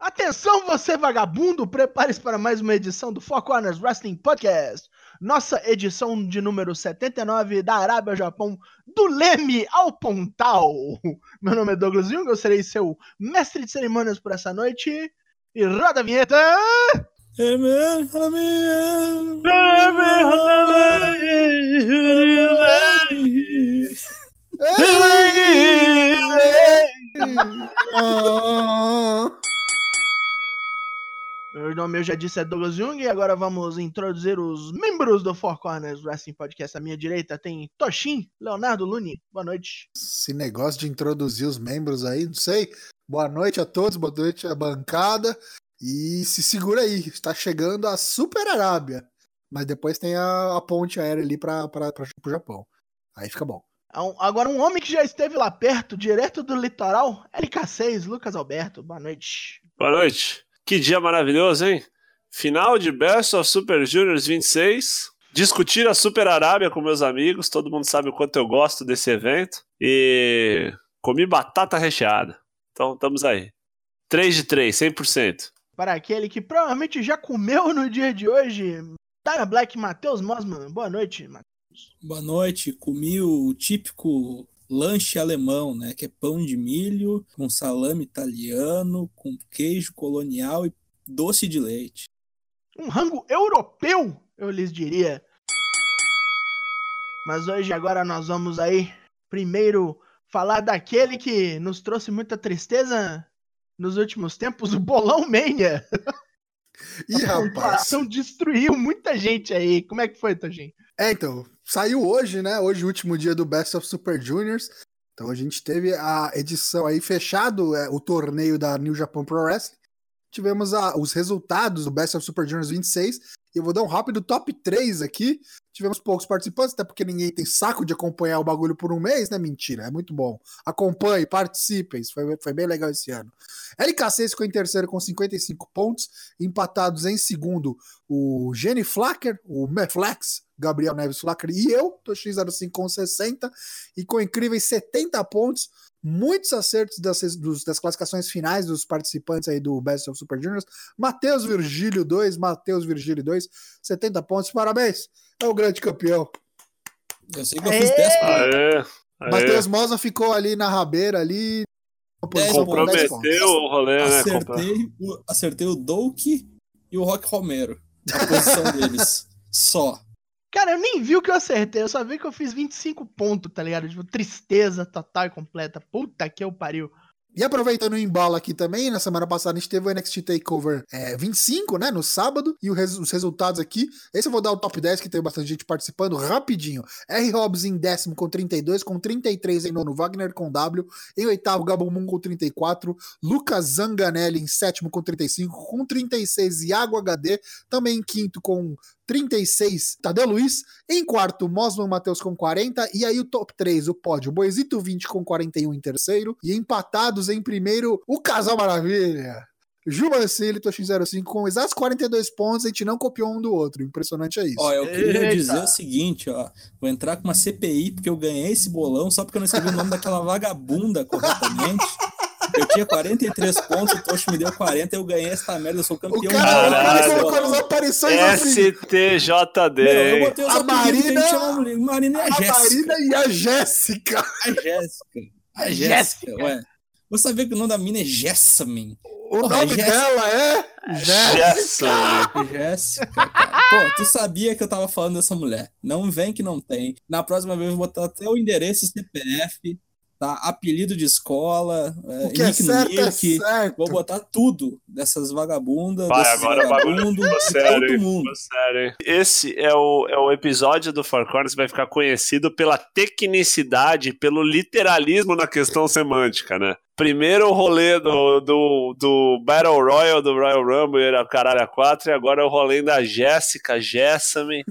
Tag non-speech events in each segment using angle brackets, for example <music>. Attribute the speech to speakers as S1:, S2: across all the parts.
S1: Atenção, você vagabundo! Prepare-se para mais uma edição do Four Corners Wrestling Podcast. Nossa edição de número 79 da Arábia, Japão, do Leme ao Pontal. Meu nome é Douglas Jung, eu serei seu mestre de cerimônias por essa noite. E roda a vinheta! Meu nome, eu já disse, é Douglas Jung e agora vamos introduzir os membros do Four Corners Wrestling Podcast. À minha direita tem Toshin, Leonardo Luni. Boa noite.
S2: Esse negócio de introduzir os membros aí, não sei. Boa noite a todos, boa noite à bancada. E se segura aí, está chegando a Super Arábia. Mas depois tem a, a ponte aérea ali para o Japão. Aí fica bom.
S1: Há um- Agora, um homem que já esteve lá perto, direto do litoral, LK6, Lucas Alberto. Boa noite.
S3: Boa noite. Que dia maravilhoso, hein? Final de Best of Super Juniors 26. Discutir a Super Arábia com meus amigos. Todo mundo sabe o quanto eu gosto desse evento. E comi batata recheada. Então, estamos aí. 3 de 3, 100%.
S1: Para aquele que provavelmente já comeu no dia de hoje, Tyler Black, Matheus Mosman. Boa noite, Matheus.
S4: Boa noite. Comi o típico lanche alemão, né? Que é pão de milho com salame italiano, com queijo colonial e doce de leite.
S1: um rango europeu, eu lhes diria. Mas hoje agora nós vamos aí primeiro falar daquele que nos trouxe muita tristeza nos últimos tempos, o Bolão Mania.
S2: Ih,
S1: A
S2: rapaz.
S1: pontuação destruiu muita gente aí. Como é que foi, Tajin?
S2: É, então, saiu hoje, né? Hoje, o último dia do Best of Super Juniors. Então a gente teve a edição aí fechado, é, o torneio da New Japan Pro Wrestling. Tivemos a- os resultados do Best of Super Juniors 26. E eu vou dar um rápido top 3 aqui. Tivemos poucos participantes, até porque ninguém tem saco de acompanhar o bagulho por um mês, né? Mentira, é muito bom. Acompanhe, participem, isso foi, foi bem legal esse ano. LK6 ficou em terceiro com 55 pontos, empatados em segundo o Jenny Flacker, o Meflex, Gabriel Neves Flacker e eu, Toshin05 com 60, e com incríveis 70 pontos, muitos acertos das, dos- das classificações finais dos participantes aí do Best of Super Juniors. Matheus Virgílio 2, Matheus Virgílio 2, 70 pontos, parabéns! É o grande campeão.
S4: Eu sei que eu fiz 10 pontos.
S3: Aê, aê.
S2: Matheus Mosa ficou ali na rabeira ali. uma
S4: Dez
S2: posição com dez pontos.
S3: Comprometeu o rolê, né? Compro-
S4: Acertei, o- acertei o Douk e o Rock Romero. A posição deles. Só.
S1: Cara, eu nem vi o que eu acertei, eu só vi que eu fiz 25 pontos, tá ligado? Tipo, tristeza total e completa. Puta que eu pariu.
S2: E aproveitando o embalo aqui também, na semana passada a gente teve o NXT Takeover é, 25, né? No sábado, e o res- os resultados aqui. Esse eu vou dar o top 10, que tem bastante gente participando, rapidinho. R. Hobbs em décimo com 32, com 33 em nono, Wagner com W, em oitavo, Gabo Moon com 34, Lucas Zanganelli em sétimo com 35, com 36, Iago HD, também em quinto com 36, Tadeu Luiz, em quarto, Mosman Matheus com 40. E aí o top 3, o pódio. Boisito 20 com 41 em terceiro. E empatados em primeiro, o Casal Maravilha. Gil Mancini, Toshin05 com exatos 42 pontos. A gente não copiou um do outro. Impressionante é isso.
S4: Ó, eu queria
S1: Eita.
S4: dizer o seguinte, ó. Vou entrar com uma CPI porque eu ganhei esse bolão só porque eu não escrevi o nome daquela vagabunda corretamente. Eu tinha 43 pontos, o Tocho me deu 40, eu ganhei essa merda, eu sou
S2: o
S4: campeão.
S2: cara, o cara
S3: Caralho.
S2: colocou nas aparições assim.
S3: STJD.
S4: Meu, eu
S3: hein?
S4: botei os
S2: A
S4: apelidos que
S2: Marina-
S4: a gente chama de- Marina e a,
S2: A
S4: Jéssica.
S2: Marina e a Jéssica.
S4: A Jéssica.
S1: A
S4: A Jéssica, ué. Você sabia que o nome da mina é Jessamine?
S2: O
S4: Porra,
S2: nome
S4: Jéssica.
S2: dela é Jéssica.
S4: É.
S3: Jéssica.
S4: Jéssica, cara. Pô, tu sabia que eu tava falando dessa mulher. Não vem que não tem. Na próxima vez eu vou botar até o endereço e CPF, tá? Apelido de escola, é,
S2: O que é
S4: nick no
S2: certo é
S4: nick. Vou
S2: certo.
S4: botar tudo dessas vagabundas,
S3: Vai,
S4: desses
S3: agora o bagulho
S4: vagabundos,
S3: ficou
S4: de
S3: sério,
S4: todo
S3: hein?
S4: mundo.
S3: Pô, sério, hein? Esse é o, é o episódio do Four Corners que vai ficar conhecido pela tecnicidade, pelo literalismo na questão semântica, né? Primeiro o rolê do, do, do Battle Royal, do Royal Rumble, era caralho a 4, e agora é o rolê da Jéssica, Jessamy.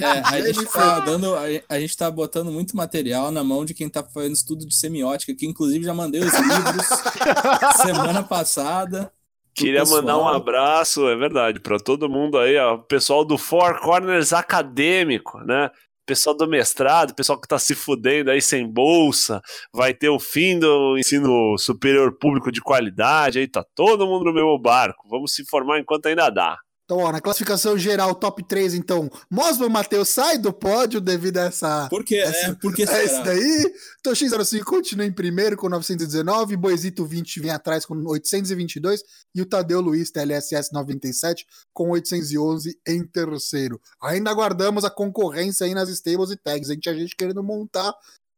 S4: É, a gente tá dando, a, a gente tá botando muito material na mão de quem tá fazendo estudo de semiótica, que inclusive já mandei os
S2: <laughs>
S4: livros semana passada. pro
S3: Queria
S4: pessoal.
S3: mandar um abraço, é verdade, pra todo mundo aí, ó, o pessoal do Four Corners Acadêmico, né? pessoal do mestrado, pessoal que tá se fudendo aí sem bolsa, vai ter o fim do ensino superior público de qualidade, aí tá todo mundo no mesmo barco. Vamos se formar enquanto ainda dá.
S2: Então, ó, na classificação geral, top 3, então, Mosman Matheus sai do pódio devido a essa.
S4: Por quê?
S2: Essa-
S4: É, por que
S2: É isso
S4: será?
S2: daí. Toshin 05 continua em primeiro com 919, Boisito 20 vem atrás com 822 e o Tadeu Luiz TLSS 97 com 811 em terceiro. Ainda aguardamos a concorrência aí nas stables e tags. A gente, a gente querendo montar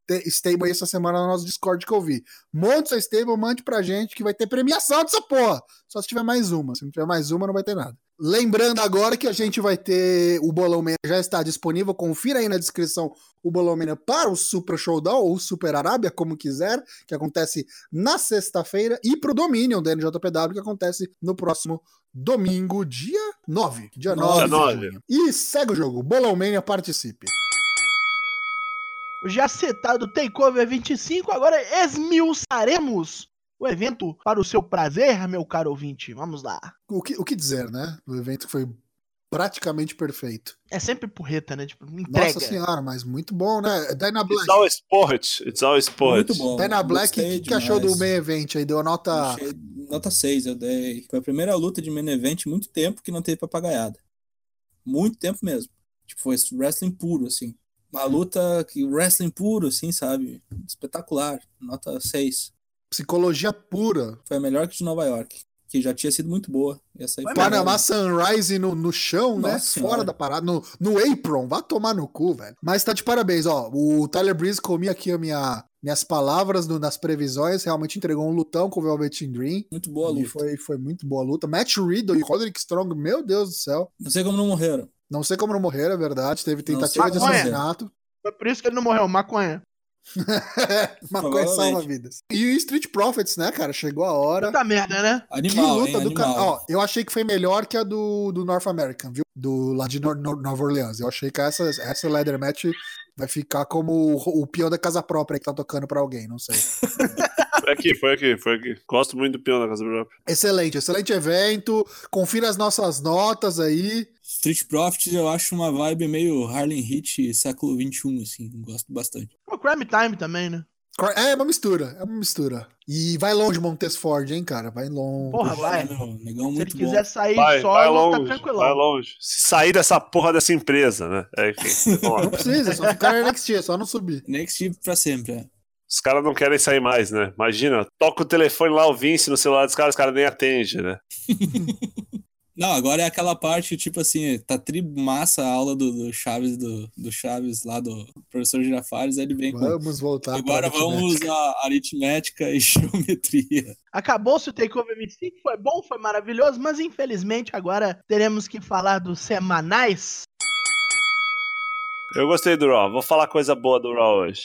S2: te- stable aí essa semana no nosso Discord que eu vi. Monte sua stable, mande pra gente que vai ter premiação dessa porra. Só se tiver mais uma. Se não tiver mais uma, não vai ter nada. Lembrando agora que a gente vai ter o Bolão Meia já está disponível. Confira aí na descrição o Bolão Mania para o Super Showdown ou Super Arábia, como quiser, que acontece na sexta-feira, e para o Dominion da NJPW, que acontece no próximo domingo, dia 9. Dia
S4: Dia
S2: 9.
S3: 9.
S2: E segue o jogo. Bolão Mania, participe.
S1: O já citado Takeover 25, agora esmiuçaremos o evento para o seu prazer, meu caro ouvinte. Vamos lá.
S2: O que, o que dizer, né? O evento que foi praticamente perfeito.
S1: É sempre porreta, né? Tipo, entrega.
S2: Nossa senhora, mas muito bom, né? Dyna
S3: It's
S2: Black.
S3: all sport. It's all sport.
S4: Muito bom.
S2: Dyna Black, o que, que achou do
S4: meio?
S2: main event aí? Deu nota.
S4: Achei Nota 6 eu dei. Foi a primeira luta de main event em muito tempo que não teve papagaiada. Muito tempo mesmo. Tipo, foi wrestling puro, assim. Uma
S2: Hum.
S4: luta que wrestling puro, assim, sabe? Espetacular. Nota 6.
S2: Psicologia pura.
S4: Foi a melhor que de Nova York, que já tinha sido muito boa. Essa aí foi a
S2: Panamá
S4: melhor.
S2: Sunrise no, no chão, né?
S4: é Nossa
S2: Fora
S4: senhora.
S2: da parada, no, no apron, vá tomar no cu, velho. Mas tá de parabéns, ó. O Tyler Breeze comia aqui a minha, minhas palavras no- nas previsões, realmente entregou um lutão com o Velveteen Dream.
S4: Muito boa a
S2: E
S4: luta.
S2: foi, foi muito boa a luta. Matt Riddle e Roderick Strong, meu Deus do céu.
S4: Não sei como não morreram.
S2: Não sei como não morreram, é verdade. Teve
S4: Não
S2: tentativa
S1: sei
S2: de
S1: como é.
S2: assassinato. <laughs>
S1: Foi por isso que ele não morreu, maconha.
S2: Maconha
S4: Provavelmente.
S2: salva vidas. E o Street Profits, né, cara? Chegou a hora.
S1: Puta merda, né?
S2: Que
S4: Animal,
S2: luta
S4: hein?
S2: do cara.
S4: Animal.
S2: Ó, eu achei que foi melhor que a do, do North American, viu? Do lá de Nor- Nor- Nova Orleans. Eu achei que essa, essa Leather Match vai ficar como o, o peão da casa própria que tá tocando pra alguém, não sei.
S3: Foi aqui, foi aqui, foi aqui. Gosto muito do peão da Casa Própria.
S2: excelente, excelente evento. Confira as nossas notas aí.
S4: Street Profits eu acho uma vibe meio Harlem Heat século XXI, assim. Gosto bastante.
S1: O Crime Time também, né?
S2: Cor- É uma mistura, é uma mistura. E vai longe Montes Ford, hein, cara? Vai longe.
S1: Porra, vai.
S4: É, meu, negão
S1: Se ele
S4: muito bom.
S1: quiser sair
S3: Vai,
S1: solo,
S3: vai
S1: tá
S3: longe,
S1: tranquilão.
S3: vai longe. Se sair dessa porra dessa empresa, né? É, enfim, vamos lá.
S2: Não precisa, é só ficar na NXT, é só não subir.
S4: Next pra sempre, é.
S3: Os caras não querem sair mais, né? Imagina, toca o telefone lá, o Vince no celular dos caras, os caras nem atendem, né?
S4: Não, agora é aquela parte, tipo assim, tá tri massa a aula do, do Chaves, do, do Chaves lá, do professor Girafares, aí ele vem com.
S2: Vamos voltar. pra
S4: Agora
S2: Ultimate.
S4: vamos usar aritmética e <laughs> geometria.
S1: Acabou-se o Takeover 25, foi bom, foi maravilhoso, mas infelizmente agora teremos que falar dos semanais.
S3: Eu gostei do Raw, vou falar coisa boa do Raw hoje.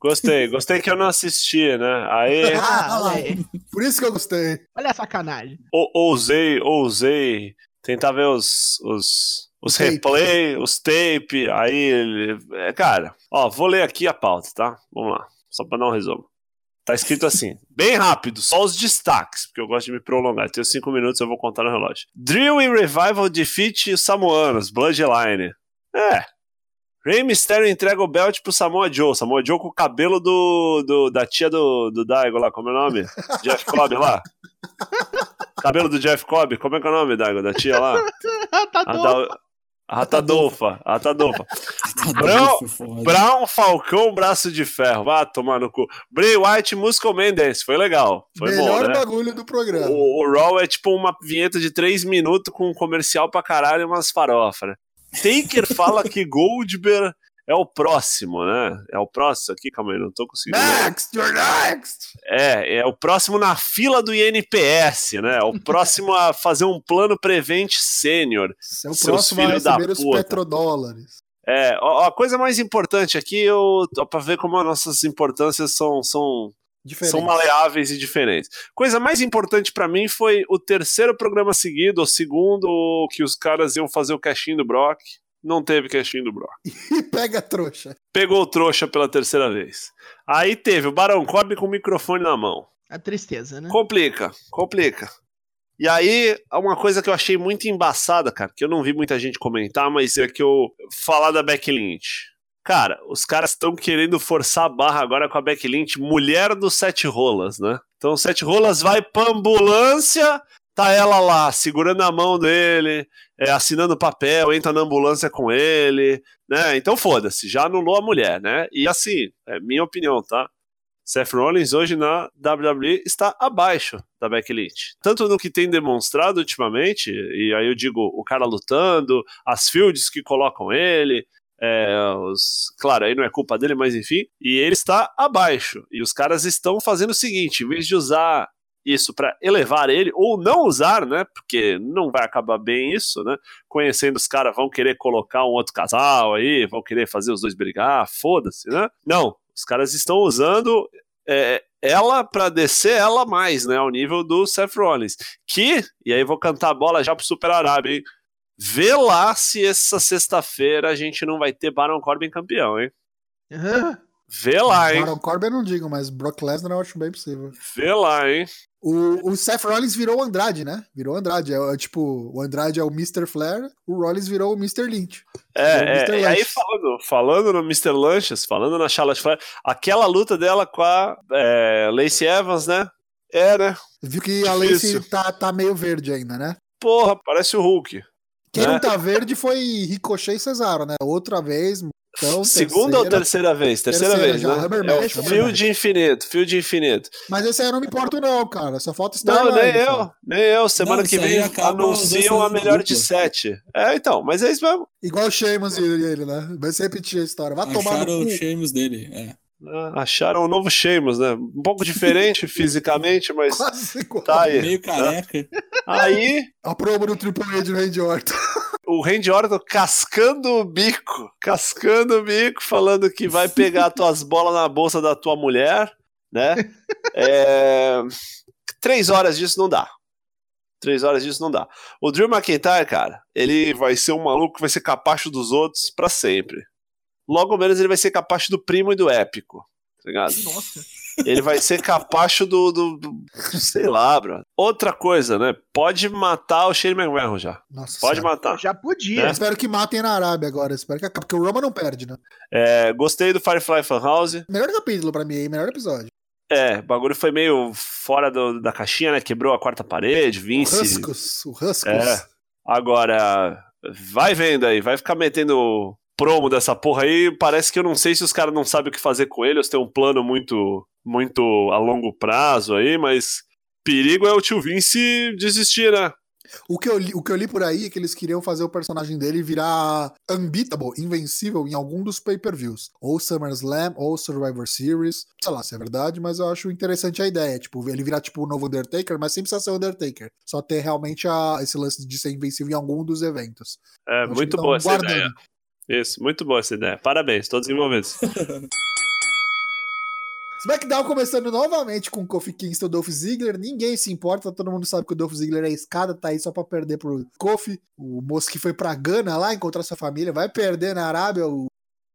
S3: Gostei, gostei que eu não assisti, né? Aí
S1: Ah,
S2: Ah, lá.
S1: olha aí.
S2: Por isso que eu gostei.
S1: Olha a sacanagem. <laughs>
S3: ou- ousei, ousei tentar ver os, os, os
S2: Tape.
S3: replay, os tape, aí... ele- é, Cara, ó, vou ler aqui a pauta, tá? Vamos lá, só pra dar um resumo. Tá escrito assim, bem rápido, só os destaques, porque eu gosto de me prolongar. Tenho cinco minutos, eu vou contar no relógio. Drill e Revival defeat os samoanos, Bloodline. É. Rey Mysterio entrega o belt pro Samoa Joe. Samoa Joe com o cabelo do, do- da tia do, do Daigo lá, como é o nome? Jeff Cobb lá. Cabelo do Jeff Cobb, como é que é o nome, Daigo, da tia lá?
S1: tá
S3: A
S1: doido.
S3: da- a Ratadolfa, a Ratadolfa.
S4: Tá
S3: Brau-
S4: doido, foi foda.
S3: Brown Falcão Braço de Ferro, vá tomar no cu. Bray White Muscle Man Dance, foi legal, foi
S2: Melhor
S3: bom, né?
S2: bagulho do programa.
S3: O, o Raw é tipo uma vinheta de 3 minutos com um comercial pra caralho e umas farofas, né? Taker fala que Goldberg é o próximo, né? É o próximo aqui, calma aí, não tô conseguindo. ler.
S2: Next, you're next!
S3: É, é o próximo na fila do INPS, né? É o próximo a fazer um plano Prevent Sênior.
S2: É o
S3: Seus
S2: próximo a
S3: filhos da
S2: receber os
S3: puta.
S2: petrodólares.
S3: É, ó, ó, a coisa mais importante aqui, eu, ó, pra ver como as nossas importâncias são, são,
S2: Diferente.
S3: são maleáveis e diferentes. Coisa mais importante pra mim foi o terceiro programa seguido, o segundo, que os caras iam fazer o cash-in do Brock. Não teve cash-in do Brock.
S2: E <laughs> pega a trouxa.
S3: Pegou o trouxa pela terceira vez. Aí teve o Barão Cobb com o microfone na mão.
S1: A tristeza, né?
S3: Complica, complica. E aí, uma coisa que eu achei muito embaçada, cara, que eu não vi muita gente comentar, mas é que eu falar da Becky Lynch. Cara, os caras estão querendo forçar a barra agora com a Becky Lynch, mulher dos sete rolas, né? Então, sete rolas vai pra ambulância, tá ela lá segurando a mão dele, é, assinando papel, entra na ambulância com ele, né? Então foda-se, já anulou a mulher, né? E assim, é minha opinião, tá? Seth Rollins hoje na WWE está abaixo da Becky Lynch. Tanto no que tem demonstrado ultimamente, e aí eu digo o cara lutando, as fields que colocam ele, é, os, claro, aí não é culpa dele, mas enfim, e ele está abaixo. E os caras estão fazendo o seguinte: em vez de usar isso para elevar ele, ou não usar, né? Porque não vai acabar bem isso, né? Conhecendo os caras, vão querer colocar um outro casal aí, vão querer fazer os dois brigar, foda-se, né? Não, os caras estão usando é, ela para descer ela mais, né? Ao nível do Seth Rollins. Que, e aí vou cantar a bola já pro Super Arábia, hein? Vê lá se essa sexta-feira a gente não vai ter Baron Corbin campeão, hein? Vê lá, hein?
S2: Baron Corbin eu não digo, mas Brock Lesnar eu acho bem possível.
S3: Vê lá, hein?
S2: O, o Seth Rollins virou o Andrade, né? Virou o Andrade. É, é, tipo, o Andrade é o Mr. Flair, o Rollins virou o Mr. Lynch. Virou o
S3: É,
S2: Mr.
S3: é, e aí
S2: Lynch.
S3: falando, falando no Mr. Lanches, falando na Charlotte Flair, aquela luta dela com a é, Lacey Evans, né? É, né?
S2: Viu que a
S3: Difícil.
S2: Lacey tá, tá meio verde ainda, né?
S3: Porra, parece o Hulk.
S2: Quem
S3: É.
S2: não tá verde foi Ricochet e Cesaro, né? Outra vez. Então,
S3: Segunda ou terceira vez? Terceira,
S2: Terceira
S3: vez,
S2: já,
S3: né?
S2: Rubber
S3: é o
S2: match, rubber
S3: fio
S2: match.
S3: de infinito, fio de infinito.
S2: Mas esse aí eu não me importo, não, cara. Só falta
S3: Não, nem
S2: storyline,
S3: eu,
S2: só.
S3: nem eu. Semana
S4: né, então. Não,
S3: que
S4: isso aí
S3: vem
S4: acaba
S3: anunciam
S4: usando
S3: a melhor de
S4: dupla.
S3: sete. É, então, mas é isso mesmo.
S2: Igual o Sheamus e ele, né? Vai se repetir a história. Vai tomar
S4: Acharam
S2: no
S4: o
S2: cu.
S4: Sheamus dele. É.
S3: Ah, Acharam um novo Sheamus, né? Um pouco diferente <laughs> fisicamente, mas
S2: Quase igual.
S3: tá aí.
S4: Meio careca.
S3: Aí
S2: A promo do Triple H do Randy Orton.
S3: o Randy Orton cascando o bico, cascando o bico, falando que vai pegar tuas bolas na bolsa da tua mulher, né? É, Três horas disso não dá. Três horas disso não dá. O Drew McIntyre, cara, ele vai ser um maluco que vai ser capacho dos outros pra sempre. Logo menos ele vai ser capacho do primo e do épico, tá ligado?
S1: Nossa.
S3: Ele vai ser capacho do, do- do- Sei lá, bro. Outra coisa, né? Pode matar o Shane McMahon já.
S2: Nossa
S3: Pode
S2: senhora.
S3: matar.
S1: Já
S3: Né?
S1: podia.
S2: Espero que matem na Arábia agora. Espero que acabe. Porque o Roma não perde, né?
S3: É, gostei do Firefly Funhouse.
S2: Melhor capítulo pra mim, hein? Melhor episódio.
S3: É, o bagulho foi meio fora do- da caixinha, né? Quebrou a quarta parede, Vince.
S2: Huskus. O Huskus.
S3: É. Agora, vai vendo aí, vai ficar metendo promo dessa porra aí. Parece que eu não sei se os caras não sabem o que fazer com ele, ou se tem um plano muito, muito a longo prazo aí, mas perigo é o tio Vince desistir, né?
S2: O, que eu li, o que eu li por aí é que eles queriam fazer o personagem dele virar unbeatable, invencível, em algum dos pay-per-views. Ou SummerSlam, ou Survivor Series. Sei lá se é verdade, mas eu acho interessante a ideia. Tipo, ele virar tipo o novo Undertaker, mas sem precisar ser o Undertaker. Só ter realmente a- esse lance de ser invencível em algum dos eventos.
S3: É
S2: Eu acho
S3: muito
S2: que tá um
S3: boa
S2: tão
S3: essa ideia. Isso, muito boa essa ideia. Parabéns, todos envolvidos.
S2: SmackDown começando novamente com Kofi Kingston e Dolph Ziggler. Ninguém se importa, todo mundo sabe que o Dolph Ziggler é escada, tá aí só pra perder pro Kofi. O moço que foi pra Gana lá encontrar sua família, vai perder na Arábia, o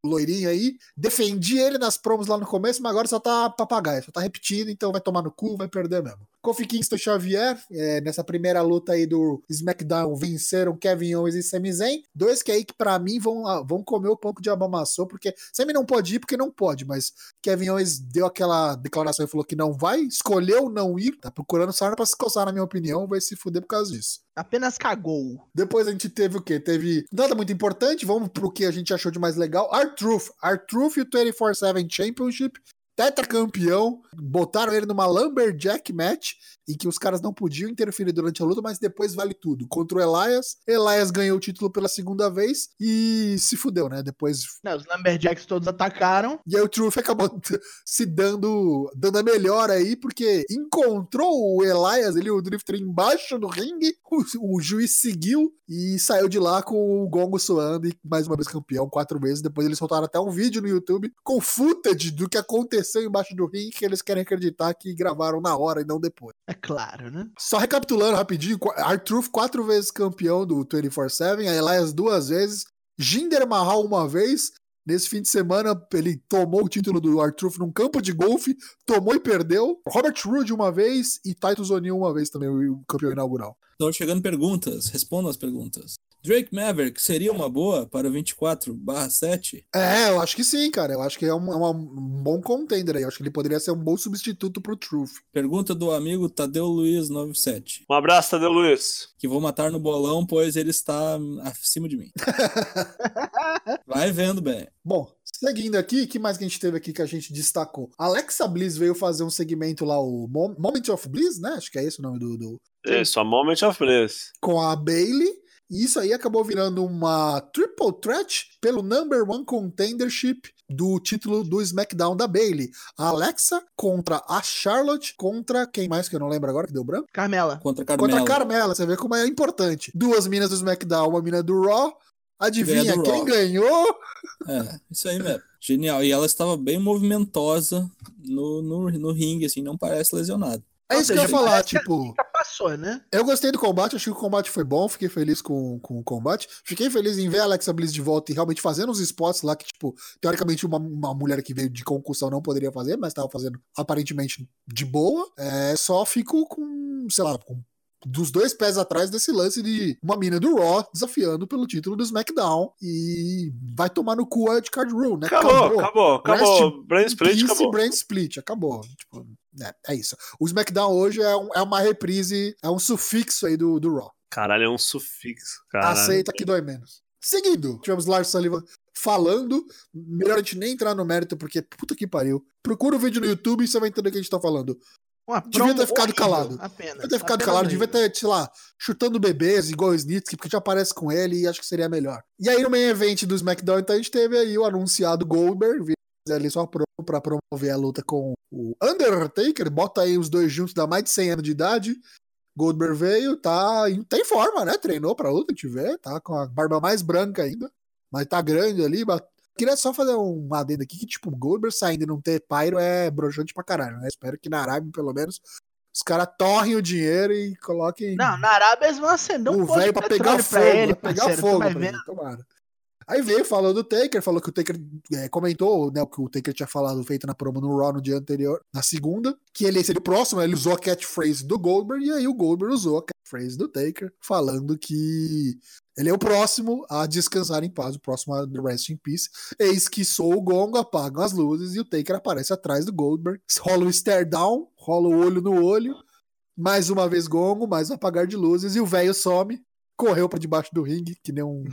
S2: loirinho aí. Defendi ele nas promos lá no começo, mas agora só tá papagaio, só tá repetindo, então vai tomar no cu, vai perder mesmo. Kofi Kingston e Xavier, é, nessa primeira luta aí do SmackDown, venceram Kevin Owens e Sami Zayn. Dois que aí que pra mim vão, vão comer o pão que o diabo amassou, porque Sami não pode ir porque não pode, mas Kevin Owens deu aquela declaração e falou que não vai, escolheu não ir, tá procurando sarna pra se coçar, na minha opinião, vai se fuder por causa disso.
S1: Apenas cagou.
S2: Depois a gente teve o quê? Teve nada muito importante, vamos pro que a gente achou de mais legal. R-Truth. R-Truth e o 24-7 Championship, tetracampeão, botaram ele numa Lumberjack match, em que os caras não podiam interferir durante a luta, mas depois vale tudo. Contra o Elias, Elias ganhou o título pela segunda vez e se fudeu, né? Depois
S1: Não, os Lumberjacks todos atacaram.
S2: e aí o Truth acabou <laughs> t- se dando, dando a melhor aí, porque encontrou o Elias ali, o Drifter, embaixo do ringue. O, o juiz seguiu e saiu de lá com o gongo soando e mais uma vez campeão, quatro vezes. Depois eles soltaram até um vídeo no YouTube com footage do que aconteceu embaixo do ringue que eles querem acreditar que gravaram na hora e não depois.
S1: É claro, né?
S2: Só recapitulando rapidinho, qu- R-Truth quatro vezes campeão do 24-7, a Elias duas vezes, Jinder Mahal uma vez, Nesse fim de semana, ele tomou o título do Artruth num campo de golfe, tomou e perdeu. Robert Roode uma vez e Titus O'Neil uma vez também, o campeão inaugural.
S4: Estão chegando perguntas, respondam as perguntas. Drake Maverick seria uma boa para o 24/7?
S2: É, eu acho que sim, cara. Eu acho que é um, é uma- um bom contender aí. Eu acho que ele poderia ser um bom substituto pro Truth.
S4: Pergunta do amigo Tadeu Luiz 97,
S3: Um abraço, Tadeu Luiz.
S4: que vou matar no bolão pois ele está
S2: <laughs>
S4: acima de mim. Vai vendo, bem.
S2: Bom, seguindo aqui, o que mais que a gente teve aqui que a gente destacou? Alexa Bliss veio fazer um segmento lá, o Mo- Moment of Bliss, né? Acho que é esse o nome do- do,
S3: Isso, a É, Moment of Bliss.
S2: com a Bailey. E isso aí acabou virando uma triple threat pelo number one contendership do título do SmackDown da Bailey. A Alexa contra a Charlotte contra quem mais que eu não lembro agora que deu branco?
S1: Carmela.
S4: Contra Carmela.
S2: Contra a Carmela. Você vê como é importante. Duas minas do SmackDown, uma mina do Raw. Adivinha
S4: Ganha do
S2: quem
S4: Raw.
S2: ganhou?
S4: É, isso aí mesmo. Genial. E ela estava bem movimentosa no, no, no ringue, assim, não parece lesionada.
S2: É
S1: Ou
S2: isso que eu ia
S1: seja,
S2: falar,
S1: parece que-
S2: tipo.
S1: Já passou, né?
S2: Eu gostei do combate, achei que o combate foi bom, fiquei feliz com, com o combate. Fiquei feliz em ver a Alexa Bliss de volta e realmente fazendo uns spots lá que, tipo, teoricamente uma, uma mulher que veio de concussão não poderia fazer, mas tava fazendo aparentemente de boa. É, só fico com, sei lá, com dos dois pés atrás desse lance de uma mina do Raw desafiando pelo título do SmackDown e vai tomar no cu a Edcard Rule, né?
S3: Acabou, acabou, acabou. Brain Split
S2: Peace
S3: acabou.
S2: Brand Split, acabou. Tipo, é, é isso. O SmackDown hoje é, um- é uma reprise, é um sufixo aí do, do Raw.
S3: Caralho, é um sufixo, cara.
S2: Aceita que dói menos. Seguindo, tivemos Lars Sullivan falando. Melhor a gente nem entrar no mérito, porque puta que pariu. Procura o vídeo no YouTube e você vai entender o que a gente tá falando.
S1: Uma
S2: Devia
S1: promo
S2: ter ficado
S1: horrível,
S2: calado.
S1: Apenas.
S2: Devia ter ficado
S1: Apenas
S2: calado,
S1: horrível.
S2: devia ter, sei lá, chutando bebês igual o Snitsky, porque já aparece com ele e acho que seria melhor. E aí no main event do SmackDown, então a gente teve aí o anunciado Goldberg, vir fazer ali só pro, pra promover a luta com o Undertaker, bota aí os dois juntos, dá mais de 100 anos de idade. Goldberg veio, tá em, tá em forma, né? Treinou pra luta, tiver, tá com a barba mais branca ainda, mas tá grande ali, bat- Queria só fazer um adendo aqui que, tipo, o Goldberg saindo e não ter pyro é broxante pra caralho, né? Espero que na Arábia, pelo menos, os caras torrem o dinheiro e coloquem
S1: Não, na Arábia eles vão acender um
S2: o velho pra pegar fogo,
S1: ele,
S2: pra
S1: parceiro,
S2: pegar
S1: tu
S2: fogo,
S1: vai
S2: pra
S1: ver.
S2: ele, tomara. Aí veio, falou do Taker, falou que o Taker eh, comentou, né, o que o Taker tinha falado, feito na promo no Raw no dia anterior, na segunda, que ele seria o próximo, ele usou a catchphrase do Goldberg, e aí o Goldberg usou a catchphrase do Taker, falando que ele é o próximo a descansar em paz, o próximo a rest in peace. Eis que sou o gongo, apagam as luzes e o Taker aparece atrás do Goldberg. Rola o stare down, rola o olho no olho. Mais uma vez gongo, mais um apagar de luzes e o velho some. Correu pra debaixo do ringue, que nem
S3: <laughs>
S2: um,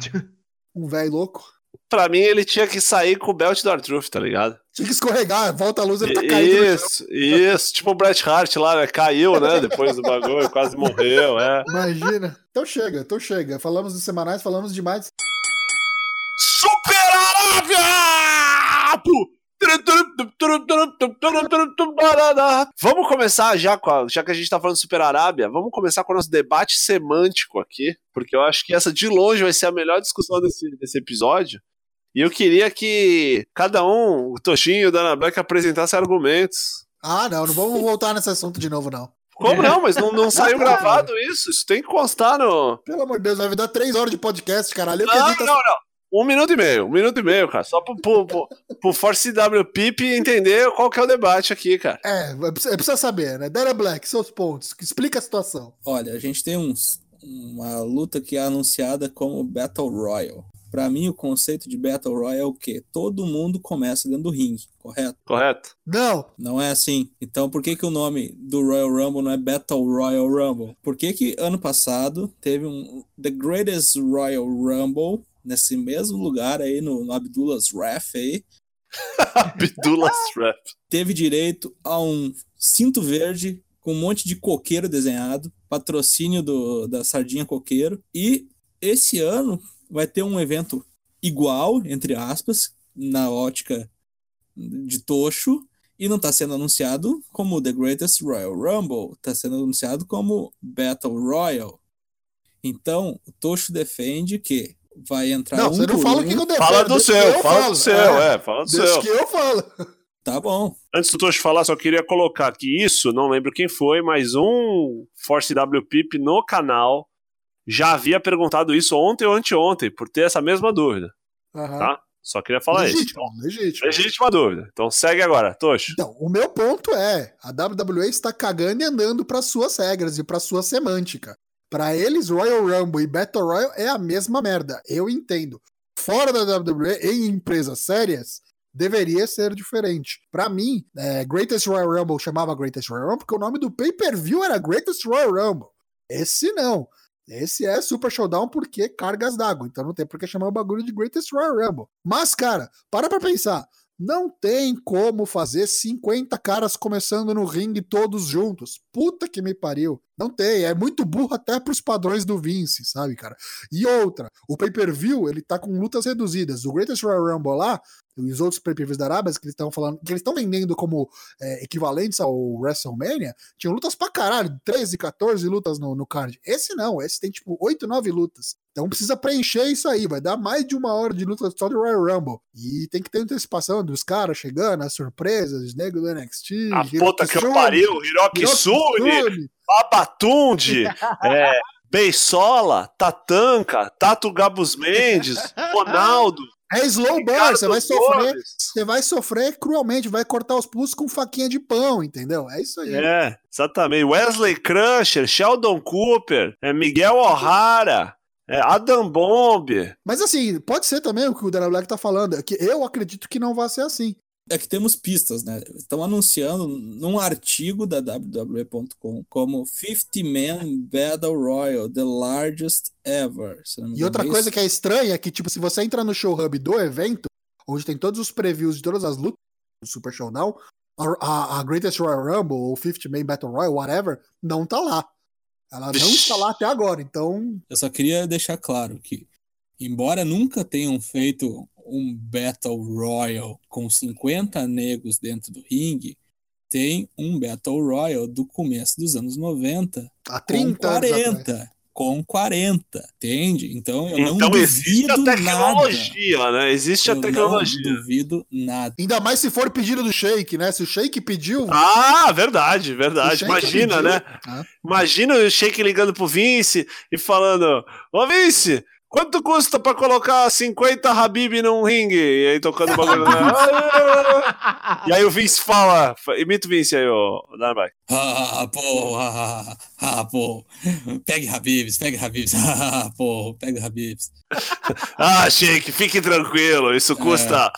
S2: um velho louco.
S3: Pra mim, ele tinha que sair com o belt do Artruth, tá ligado?
S2: Tinha que escorregar, volta a luz, ele tá caído. no chão.
S3: Isso, isso. Tipo o Bret Hart lá, né? Caiu, né? Depois do bagulho, quase morreu, é.
S2: Imagina. Então chega, então chega. Falamos dos semanais, falamos demais.
S3: Super Arábia! Pu! Vamos começar já com a- já que a gente tá falando de Super Arábia, vamos começar com o nosso debate semântico aqui, porque eu acho que essa de longe vai ser a melhor discussão desse, desse episódio. E eu queria que cada um, o Toshinho e o Dana Black, apresentasse argumentos.
S2: Ah, não, não vamos voltar nesse assunto de novo, não.
S3: Como não? Mas É. não, não saiu gravado isso. Isso tem que constar no,
S2: Pelo amor de Deus, vai dar três horas de podcast, caralho. Eu que
S3: Não,
S2: edito
S3: não, não. Um minuto e meio, um minuto e meio, cara. Só pro, pro, pro, pro Force W Pip entender qual que é o debate aqui, cara.
S2: É, é preciso- é preciso saber, né? Dana Black, seus pontos. Explica a situação.
S4: Olha, a gente tem uns, uma luta que é anunciada como Battle Royal. Pra mim, o conceito de Battle Royal é o quê? Todo mundo começa dentro do ringue, correto?
S3: Correto?
S2: Não,
S4: Não é assim. Então, por que, que o nome do Royal Rumble não é Battle Royal Rumble? Por que, que ano passado teve um The Greatest Royal Rumble nesse mesmo lugar aí, no, no Abdullah's Ref aí,
S3: Abdullah's Rap.
S4: teve direito a um cinto verde com um monte de coqueiro desenhado, patrocínio do, da Sardinha Coqueiro. E esse ano vai ter um evento igual, entre aspas, na ótica de Tocho, e não está sendo anunciado como The Greatest Royal Rumble, está sendo anunciado como Battle Royal. Então, o Tocho defende que vai entrar
S2: não,
S4: um
S2: você não
S4: por
S2: fala o
S4: um.
S2: que eu defendo.
S3: Fala do
S2: deixa
S3: seu,
S2: eu
S3: fala
S2: falo.
S3: do seu,
S2: É,
S3: é, fala do
S2: Deixa
S3: seu.
S2: que eu falo.
S4: Tá bom.
S3: Antes do Tocho falar, só queria colocar aqui isso, não lembro quem foi, mas um Force W Pip no canal já havia perguntado isso ontem ou anteontem, por ter essa mesma dúvida.
S2: Aham.
S3: Tá. Só queria falar isso.
S2: legítimo,
S3: Então,
S2: legítimo.
S3: legítima dúvida. Então segue agora, Tocho.
S2: Então, o meu ponto é, a WWE está cagando e andando para suas regras e para sua semântica. Para eles, Royal Rumble e Battle Royal é a mesma merda. Eu entendo. Fora da WWE, em empresas sérias, deveria ser diferente. Para mim, é, Greatest Royal Rumble chamava Greatest Royal Rumble porque o nome do pay-per-view era Greatest Royal Rumble. Esse não. Esse é Super Showdown porque cargas d'água. Então não tem por que chamar o bagulho de Greatest Royal Rumble. Mas, cara, para pra pensar. Não tem como fazer 50 caras começando no ringue todos juntos. Puta que me pariu. Não tem. É muito burro até pros padrões do Vince, sabe, cara? E outra, o pay-per-view, ele tá com lutas reduzidas. O Greatest Royal Rumble lá, e os outros pay-per-views da Arábia que eles estão falando, que eles estão vendendo como é, equivalentes ao WrestleMania, tinham lutas pra caralho, 13, 14 lutas no, no card. Esse não, esse tem tipo 8, 9 lutas. Então precisa preencher isso aí, vai dar mais de uma hora de luta só do Royal Rumble. E tem que ter antecipação dos caras chegando, as surpresas, os negros do NXT.
S3: A
S2: Hiroki
S3: puta que eu
S2: Sune,
S3: pariu, Hiroki
S2: Hiroki
S3: Sune,
S2: Sune.
S3: Babatunde, é, Beisola, Tatanka, Tato Gabus Mendes,
S2: <laughs>
S3: Ronaldo.
S2: É slow burn,
S3: Ricardo
S2: você vai sofrer,
S3: Gomes.
S2: você vai sofrer cruelmente, vai cortar os pulsos com faquinha de pão, entendeu? É isso aí.
S3: É, exatamente. Wesley Crusher, Sheldon Cooper, é, Miguel O'Hara, é, Adam Bomb.
S2: Mas assim, pode ser também o que o Daniel Black tá falando, é que eu acredito que não vai ser assim.
S4: É que temos pistas, né? Estão anunciando num artigo da WWE.com como 50 Man Battle Royal, the largest ever. se não me
S2: E
S4: engano,
S2: outra
S4: é
S2: coisa
S4: isso?
S2: que é estranha é que, tipo, se você entrar no show hub do evento, onde tem todos os previews de todas as lutas do Super Showdown, a, a- a Greatest Royal Rumble ou 50 Man Battle Royal, whatever, não tá lá. Ela não
S3: Vixe.
S2: está lá até agora, então
S4: Eu só queria deixar claro que, embora nunca tenham feito um Battle Royal com 50 negros dentro do ringue, tem um Battle Royal do começo dos anos 90
S2: há
S4: com
S2: 30 anos atrás.
S4: 40. Com 40, entende? Então eu não
S3: Então existe a
S4: duvido nada.
S3: tecnologia, né? Existe a
S4: Eu
S3: tecnologia.
S4: Não duvido nada. <laughs>
S2: Ainda mais se for pedido do Shake, né? Se o Shake pediu,
S3: Ah, verdade, verdade.
S2: Shake
S3: Imagina,
S2: pediu.
S3: né?
S2: Ah.
S3: Imagina o Shake ligando pro Vince e falando: Ô Vince, quanto custa pra colocar 50 Habib num ringue? E aí tocando o bagulho. né? e aí o Vince fala: imita o Vince aí, ô Dynamite.
S4: Ah, pô, ah, ah, pô. Pegue Habibs, pegue Habibs. <laughs> Ah, pô, pegue Habibs.
S3: Ah, Shake, fique tranquilo, isso custa.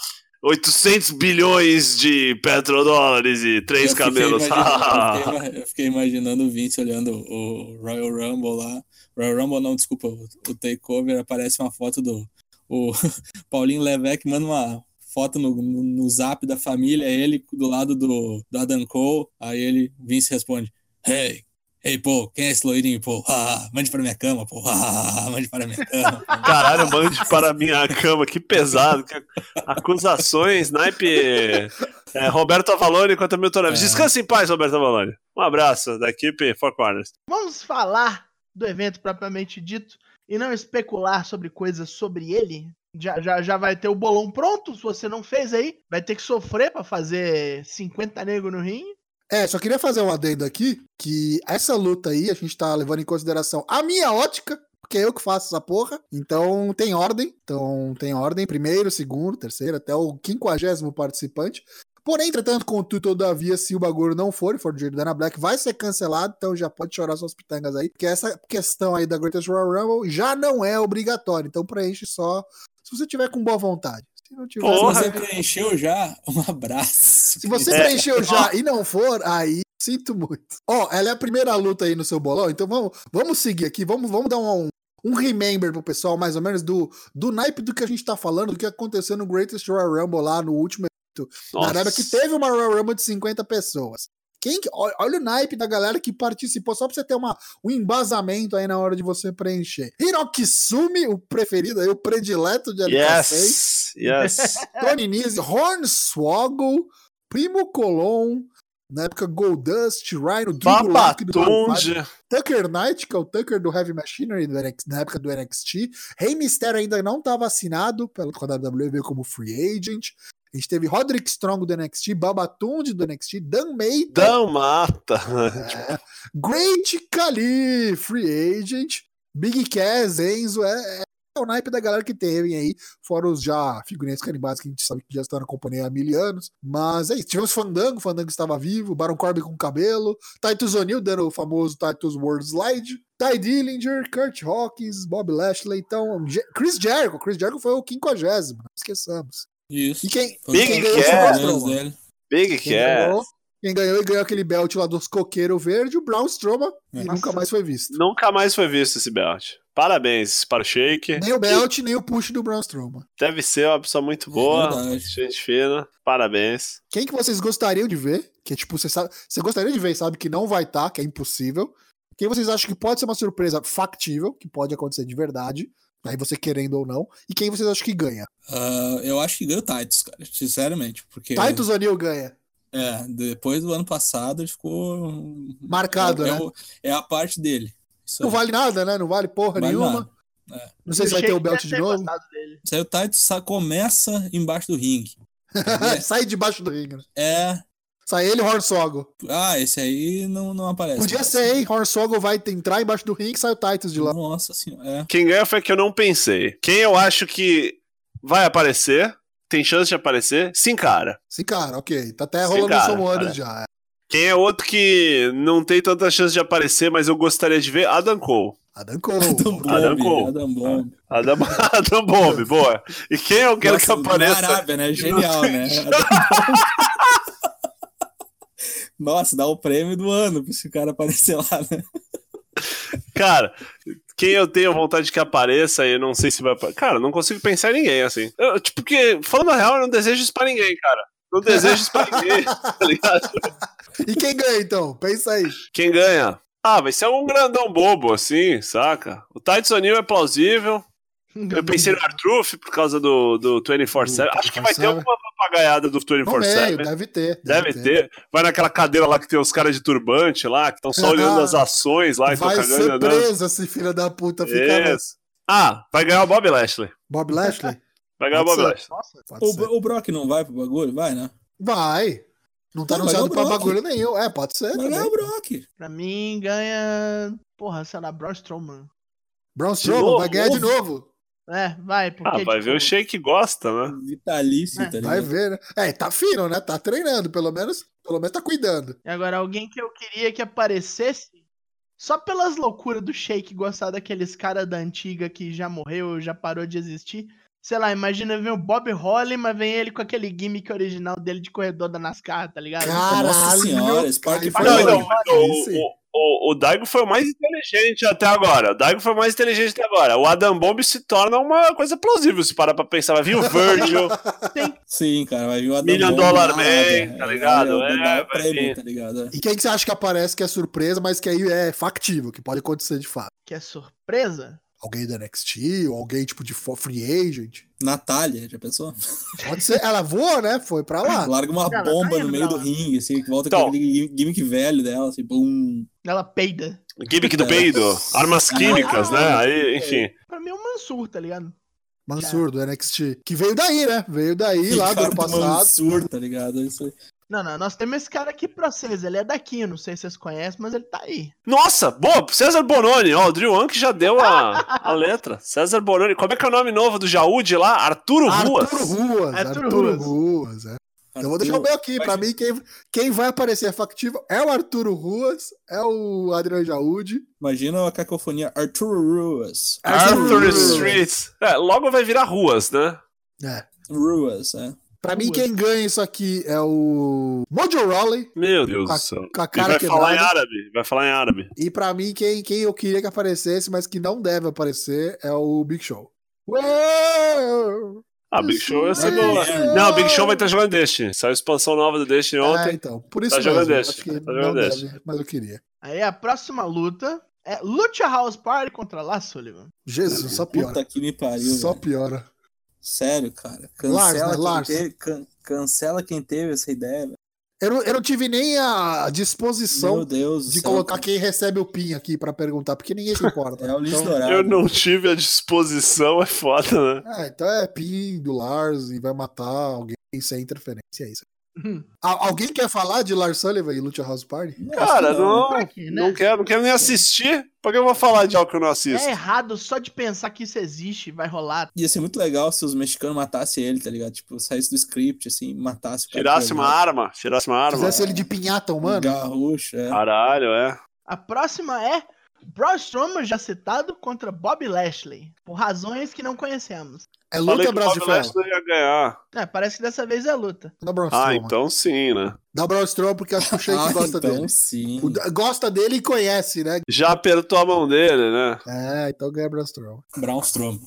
S3: 800 bilhões de petrodólares e
S4: Eu
S3: três
S4: fiquei
S3: camelos.
S4: imaginando-
S3: <laughs>
S4: eu fiquei ima- Eu fiquei imaginando o Vince olhando o Royal Rumble lá. Royal Rumble não, desculpa, o o Takeover. Aparece uma foto do o <laughs> Paulinho Levesque, manda uma foto no, no, no zap da família, ele do lado do, do Adam Cole. Aí ele, Vince responde, hey, hey, pô, quem é esse loirinho, pô? Ah, mande para minha cama, pô. Ah, mande para minha cama.
S2: <laughs>
S4: pô."
S3: Caralho, mande para a minha cama, que pesado. que acusações, naipe. É, Roberto Avalone contra Milton Neves.
S4: É.
S3: Descanse em paz, Roberto Avalone. Um abraço da equipe Four Corners.
S1: Vamos falar do evento propriamente dito e não especular sobre coisas sobre ele. Já, já, já vai ter o bolão pronto, se você não fez aí, vai ter que sofrer pra fazer 50 negros no ringue.
S2: É, só queria fazer um adendo aqui, que essa luta aí a gente tá levando em consideração a minha ótica, porque é eu que faço essa porra. Então tem ordem. Então tem ordem, primeiro, segundo, terceiro, até o quinquagésimo participante. Porém, entretanto, contudo, todavia, se o bagulho não for, e for do jeito da Ana Black, vai ser cancelado, então já pode chorar suas pitangas aí, porque essa questão aí da Greatest Royal Rumble já não é obrigatória, então preenche só se você tiver com boa vontade. Se não tiver,
S4: Se
S3: Porra,
S4: você preencheu já, um abraço.
S2: se você
S3: É.
S2: preencheu já e não for, aí sinto muito. Ó, ela é a primeira luta aí no seu bolão, então vamos, vamos seguir aqui, vamos, vamos dar um, um remember pro pessoal, mais ou menos, do, do naipe do que a gente tá falando, do que aconteceu no Greatest Royal Rumble lá no último na Arábia que né, teve uma Royal Rumble de 50 pessoas. Quem, que- ó- olha o naipe da galera que participou, só pra você ter uma, um embasamento aí na hora de você preencher. Hiroki Sumi, o preferido aí, o predileto de LK6. <laughs>
S3: Yes, yes.
S2: Tony Nese, Hornswoggle, Primo Colon, na época Goldust, Rhino, Duke Rock do Maroon five,
S3: Babatunde.
S2: Tucker Knight, que é o Tucker do Heavy Machinery do NXT na época do NXT, Rey Mysterio ainda não estava assinado pela com a WWE veio como free agent, a gente teve Roderick Strong do NXT, Babatunde do NXT, Dan May,
S3: Dan Mata.
S2: Great Khali, free agent, Big Cass, Enzo, é, é é o naipe da galera que teve aí, fora os já figurinhas carimbas que a gente sabe que já estão na companhia há mil anos. Mas é isso. Tivemos Fandango, Fandango estava vivo, Baron Corbin com cabelo, Titus O'Neill dando o famoso Titus World Slide, Ty Dillinger, Kurt Hawkins, Bob Lashley, então. Je- Chris Jericho, Chris Jericho foi o 50, não esqueçamos.
S4: Isso.
S2: E quem,
S3: Big
S4: Fantástico.
S3: Cat.
S4: Os problemas dele.
S3: Big
S2: quem
S3: Cat.
S2: ganhou? Quem ganhou e ganhou aquele belt lá dos coqueiros verde, o Braun Strowman, e
S4: Nossa.
S2: nunca mais foi visto.
S3: Nunca mais foi visto esse belt. Parabéns para o Shake.
S2: Nem o belt, nem o push do Braun Strowman.
S3: Deve ser uma pessoa muito boa.
S4: Verdade.
S3: Gente fina. Parabéns.
S2: Quem que vocês gostariam de ver? Que tipo, você sabe, você gostaria de ver, e sabe que não vai estar, que é impossível. Quem vocês acham que pode ser uma surpresa factível, que pode acontecer de verdade, aí você querendo ou não, e quem vocês acham que ganha?
S4: Ah, eu acho que ganha o Titus, cara, sinceramente. Porque
S2: Titus O'Neill ganha.
S4: é, depois do ano passado ele ficou.
S2: Marcado,
S4: é,
S2: né?
S4: o- é a parte dele. Isso
S2: Não
S4: aí.
S2: vale nada, né? Não vale porra
S4: Tá. Vale
S2: nenhuma.
S4: nada. É.
S2: Não sei se vai ter o belt de novo.
S4: Isso aí o Titus sa- começa embaixo do ringue. nada.
S2: <laughs> Sai debaixo do ringue. né?
S4: É.
S2: Sai ele e Hornsoggle.
S4: Ah, esse aí não, não aparece.
S2: Podia ser, hein? Hornsoggle vai entrar embaixo do ringue e sai o Titus de lá.
S4: Nossa senhora. É.
S3: Quem ganha foi que eu não pensei. Quem eu acho que vai aparecer, tem chance de aparecer, sim, cara.
S2: Sim, cara, ok. Tá até
S3: Sim,
S2: rolando o
S3: cara,
S2: Some Wonders
S3: cara.
S2: já. é.
S3: Quem é outro que não tem tanta chance de aparecer, mas eu gostaria de ver? Adam Cole.
S2: <laughs> Adam Cole.
S4: <laughs> Adam
S3: Adam
S4: Bomb.
S3: Cole.
S4: Adam Bomb.
S3: Adam, <laughs> Adam Bomb, boa. E quem eu quero que
S4: Nossa, Na
S3: apareça?
S4: Arábia, né? Genial,
S3: <laughs>
S4: né? Adam Bomb. <laughs> Nossa, dá o prêmio do ano pra esse cara aparecer lá, né?
S3: Cara, quem eu tenho vontade que apareça e eu não sei se vai. apa- Cara, não consigo pensar em ninguém assim. Eu, tipo, porque, falando a real, eu não desejo isso pra ninguém, cara. Não desejo isso pra ninguém, <laughs> tá ligado?
S2: E quem ganha, então? Pensa aí.
S3: Quem ganha? Ah, vai ser um grandão bobo, assim, saca? O Tyson O'Neill é plausível. Eu pensei no Artruf por causa do, do 24-7.
S2: Do
S3: Acho que vai ter
S2: 24/7.
S3: alguma papagaiada do
S2: No meio,
S3: 24-7.
S2: né? deve ter.
S3: né? Deve ter. Vai naquela cadeira lá que tem os caras de turbante lá, que estão só olhando as ações lá e estão
S2: Vai
S3: cagando e
S2: ser
S3: andando.
S2: preso esse filho da puta. Fica... né?
S3: Isso. Ah, vai ganhar o Bob Lashley.
S2: Bob Lashley?
S3: Vai ganhar o
S2: Pode
S3: Bob
S2: ser.
S3: Lashley.
S1: Nossa,
S2: Pode ser.
S4: O, o Brock não vai pro bagulho? Vai, né?
S2: Vai. Não tá
S4: Não,
S2: anunciado
S4: vai dar
S2: pra
S4: o Brock.
S2: bagulho nenhum. É, pode ser.
S4: Vai
S2: também.
S4: ganhar o Brock.
S1: pra mim ganha. Porra, sei lá, Braun Strowman.
S2: Braun
S3: De
S2: Strowman
S3: novo?
S2: vai ganhar de novo.
S1: É, vai, porque.
S3: Ah, vai
S1: tipo,
S3: ver o Shake gosta, né?
S4: Vitalício,
S1: É,
S4: tá ligado?
S2: Vai ver, né? É, tá fino, né? Tá treinando, pelo menos. Pelo menos tá cuidando.
S1: E agora, alguém que eu queria que aparecesse. Só pelas loucuras do Shake gostar daqueles caras da antiga que já morreu, já parou de existir. Sei lá, imagina ver o Bob Holly, mas vem ele com aquele gimmick original dele de corredor da NASCAR, tá ligado?
S2: Caralho,
S4: Nossa senhora, esse parque
S2: aí
S4: foi
S3: Ah, não,
S2: foi
S3: então,
S2: longe.
S3: o,
S2: Sim.
S3: o, o, o Daigo foi o mais inteligente até agora. O Daigo foi o mais inteligente até agora. O Adam Bomb se torna uma coisa plausível, se parar pra pensar. Vai vir o Virgil,
S4: Sim, cara, vai vir o Adam
S3: Million
S4: Bomb
S3: Dollar
S4: na
S3: Man,
S4: Arábia.
S3: tá ligado?
S4: Vai,
S3: É,
S4: vai dar
S3: vai
S4: o prêmio,
S3: vir.
S4: tá ligado? É.
S2: E quem que você acha que aparece que é surpresa, mas que aí é factível, que pode acontecer de fato?
S1: Que é surpresa?
S2: Alguém da NXT, ou alguém tipo de fo- free agent.
S4: Natália, já pensou?
S2: Pode ser. Ela voou, né? Foi pra
S4: <laughs>
S2: lá.
S4: Larga uma
S1: Cara,
S4: bomba
S1: vai
S2: é
S4: no
S1: indo
S4: meio
S1: pra
S4: do
S1: lá.
S4: ringue, assim, que volta com
S3: Então.
S4: aquele gimmick velho dela, assim, bum.
S1: Ela peida.
S3: gimmick do peido, armas químicas, né? Aí, enfim.
S1: Pra mim é um Mansur, tá ligado?
S2: Mansur, do NXT. Que veio daí, né? Veio daí lá do ano
S4: Ricardo
S2: passado.
S4: Mansur, tá ligado? É Isso aí.
S1: Não, não, nós temos esse cara aqui pra vocês. Ele é daqui, eu não sei se vocês conhecem, mas ele tá aí.
S3: Nossa, boa, César Bononi, ó, o Drew Anki já deu a, a letra. César Bononi, como é que é o nome novo do Jaúde lá? Arturo Ruas.
S2: Arturo Ruas.
S1: Arturo
S2: Arturo
S1: Ruas.
S2: Ruas, é. Então eu vou deixar o meu aqui. Pra mim, quem, quem vai aparecer factível é o Arturo Ruas, é o Adriano Jaúde.
S4: Imagina a cacofonia Arturo Ruas.
S3: Arthur
S2: Arthur
S3: Street. É, logo vai virar ruas, né?
S2: É.
S4: Ruas, é.
S2: Pra mim,
S1: Ruas.
S2: quem ganha isso aqui é o Mojo Rawley,
S3: Meu Deus
S2: com
S3: do
S2: a,
S3: céu.
S2: com a
S3: E
S2: cara
S3: vai falar em
S2: quebrada.
S3: árabe, vai falar em árabe.
S2: E pra mim, quem, quem eu queria que aparecesse, mas que não deve aparecer, é o Big Show. Uou!
S3: Ah, Big Show
S4: É
S3: ia ser
S2: Isso
S3: boa.
S2: mesmo.
S3: Não, Big Show vai estar jogando Destiny. Saiu a expansão nova do Destiny
S2: É,
S3: ontem.
S2: então, por isso
S3: Tá jogando
S2: mesmo,
S3: esse,
S2: acho que
S3: tá
S2: não
S3: jogando
S2: deve, mas eu queria.
S1: Aí a próxima luta é Lucha House Party contra La Sullivan.
S2: Jesus, só piora.
S4: Puta que me pariu.
S2: Só
S4: velho.
S2: piora.
S4: Sério, cara.
S2: Lars, né?
S4: Cancela,
S2: Lars.
S4: quem, teve, can- cancela quem teve essa ideia, velho.
S2: Eu não, eu não tive nem a
S4: Meu
S2: disposição
S4: Deus do
S2: de
S4: céu,
S2: colocar
S4: cara.
S2: quem recebe o PIN aqui pra perguntar, porque ninguém se importa.
S4: <laughs> É o lixo
S2: então,
S4: dourado.
S3: Eu não tive a disposição, é foda, né?
S2: Ah, é, então é PIN do Lars e vai matar alguém sem interferência, é isso.
S3: Hum.
S2: Al- alguém quer falar de Lars Sullivan e Lucha House Party?
S4: Nossa,
S3: Cara, não,
S1: Pra quê, né?
S3: não, quero, não quero nem assistir. Por que eu vou falar de algo que eu não assisto?
S1: É errado só de pensar que isso existe, vai rolar.
S4: Ia ser muito legal se os mexicanos matassem ele, tá ligado? Tipo, saísse do script, assim, matasse o cara.
S3: Tirasse
S4: tá
S3: uma
S4: ligado?
S3: arma, tirasse uma arma.
S2: Fizesse ele de pinhata
S4: Um
S2: humano?
S4: Garrucho, é.
S3: Caralho, é.
S1: A próxima é Braun Strowman, já citado, contra Bob Lashley, por razões que não conhecemos.
S2: É
S3: Falei
S2: luta
S3: que o
S2: braço de
S3: Bob
S2: ferro.
S3: Lashley ia ganhar.
S1: É, parece que dessa vez é luta.
S2: Dá Braun
S3: Ah,
S2: Strowman.
S3: então sim, né?
S2: Dá Braun Strowman porque
S4: <laughs>
S2: acho que o Shake
S4: Ah,
S2: gosta
S4: então
S2: dele.
S4: sim.
S2: O da- gosta dele e conhece, né?
S3: Já apertou a mão dele, né?
S2: É, então ganha Braun Strowman.
S4: Braun Strowman.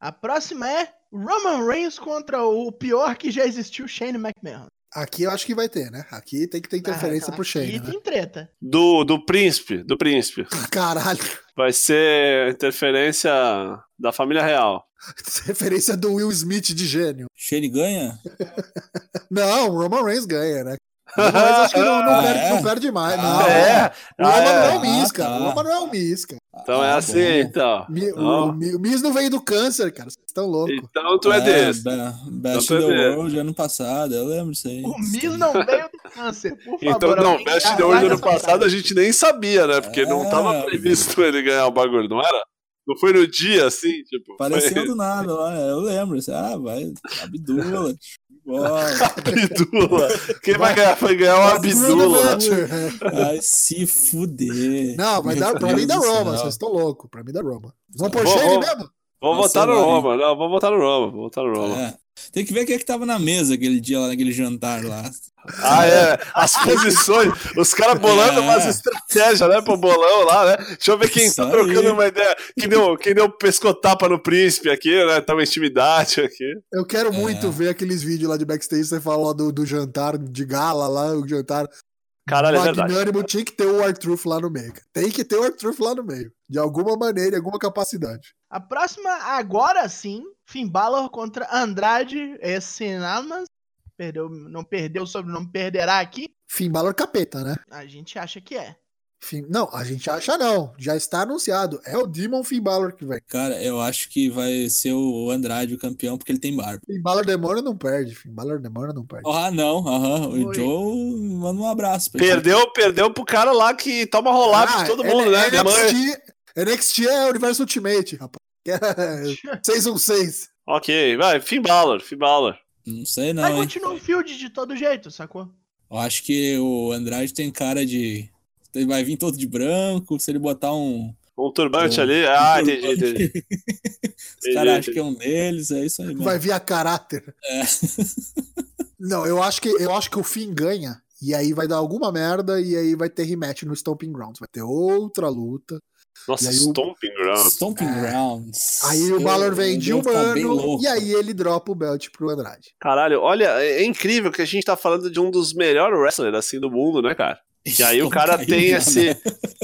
S1: A próxima é Roman Reigns contra o pior que já existiu, Shane McMahon.
S2: Aqui eu acho que vai ter, né? Aqui tem que ter interferência
S3: então
S1: Ah,
S2: pro Shane,
S1: E
S2: né?
S1: tem treta.
S3: Do, do príncipe, do príncipe.
S2: Caralho,
S3: Vai ser interferência da família real.
S2: <laughs> referência do Will Smith de gênio.
S4: Shane ganha?
S2: Não, o Roman Reigns ganha, né? O Roman Reigns acho que não, não
S4: Ah,
S2: perde,
S4: é?
S2: não perde mais.
S4: Ah,
S2: não.
S3: <laughs> é?
S2: O Roman não é
S3: Ah,
S2: um Miz, cara. O
S4: tá.
S2: Roman não é um Miz, cara.
S3: é. Então é
S4: Ah,
S3: assim,
S4: bom.
S3: então.
S2: Mi-
S3: Ó.
S2: o, Mi- o Miz não veio do câncer, cara. Vocês estão loucos.
S3: Então tu é desse.
S4: Ba- Best
S3: Então
S4: in
S3: tu é
S4: the
S3: desse.
S4: World ano passado, eu lembro disso aí.
S1: O Miz não veio do câncer, por favor.
S3: Então, não,
S1: alguém
S3: Best de
S1: guarda
S3: hoje
S1: essa
S3: ano passado a
S1: frase.
S3: gente nem sabia, né? Porque não
S4: É.
S3: tava previsto ele ganhar o bagulho, não era? Não foi no dia, assim, tipo.
S4: Apareceu
S3: <laughs> foi...
S4: do nada lá, eu lembro. assim, Ah, vai,
S2: <laughs>
S4: Abdula, bola,
S3: Abdula. Quem vai ganhar? Vai ganhar o né? Abdula.
S2: Abdula.
S4: vai se fuder.
S2: É. Não, mas dá, pra
S4: Meu
S2: mim dá
S4: Deus do
S2: Roma.
S4: céu.
S2: Vocês estão loucos. Pra mim dá Roma. Vão pôr
S3: Vou-
S2: Shane
S3: vou-
S2: mesmo?
S3: Vou
S4: Nossa,
S3: votar no
S4: vai.
S3: Roma. Não, vou votar no Roma. Vou votar no Roma.
S4: É. Tem que ver quem é que tava na mesa aquele dia lá, naquele jantar lá.
S3: Ah, é. As posições. Os caras bolando
S4: É.
S3: umas estratégias, né? Pro bolão lá, né? Deixa eu ver quem
S4: Isso
S3: tá
S4: aí.
S3: trocando uma ideia. Quem deu, quem deu pescotapa no príncipe aqui, né? Tá uma intimidade aqui.
S2: Eu quero muito ver aqueles vídeos lá de backstage. Você falou do, do jantar de gala lá, o jantar.
S3: Caralho, é verdade.
S2: Magnânimo tinha que ter o Artruth lá no meio. cara. Tem que ter o Artruth lá no meio. De alguma maneira, em alguma capacidade.
S1: A próxima, agora sim, Finn Balor contra Andrade é Sinamas. Perdeu, não perdeu o sobrenome, perderá aqui.
S2: Fim Balor capeta, né?
S1: A gente acha que é.
S2: Finn- Não, a gente acha não. Já está anunciado. É o Demon Finn Balor que vem.
S4: Cara, eu acho que vai ser o Andrade o campeão, porque ele tem barba.
S2: Finn Balor demora não perde. Finn Balor demora não perde.
S4: Ah, não, aham. O
S1: Oi.
S4: Joe manda um abraço pra ele.
S3: Perdeu, perdeu pro cara lá que toma rolado
S2: Ah,
S3: de todo
S2: é
S3: mundo, né? Da mãe.
S2: NXT, NXT é Universo Ultimate, rapaz. É <laughs> 616.
S3: Ok, vai. Fim Balor, Finn Balor.
S4: Não sei
S1: Mas
S4: não, hein?
S1: continua o field de todo jeito, sacou?
S4: Eu acho que o Andrade tem cara de. Ele vai vir todo de branco, se ele botar um.
S3: Um turbante
S4: É.
S3: ali. Ah, entendi, entendi.
S4: Os caras acham que é um deles, é isso aí, mano.
S2: Vai vir a caráter.
S4: É.
S2: <laughs> Não, eu acho que eu acho que o Finn ganha. E aí vai dar alguma merda e aí vai ter rematch no Stomping Grounds. Vai ter outra luta. E
S3: Nossa,
S2: aí o-
S3: Stomping Grounds.
S4: Stomping Grounds.
S2: Aí o Balor vem de
S4: Joe tá bem
S2: humano
S4: louco.
S2: e aí ele dropa o belt pro Andrade.
S3: Caralho, olha, é é incrível que a gente tá falando de um dos melhores wrestlers assim do mundo, né, cara? E aí o
S4: <laughs>
S3: cara
S4: Caiu
S3: tem
S4: já,
S3: esse.
S4: né?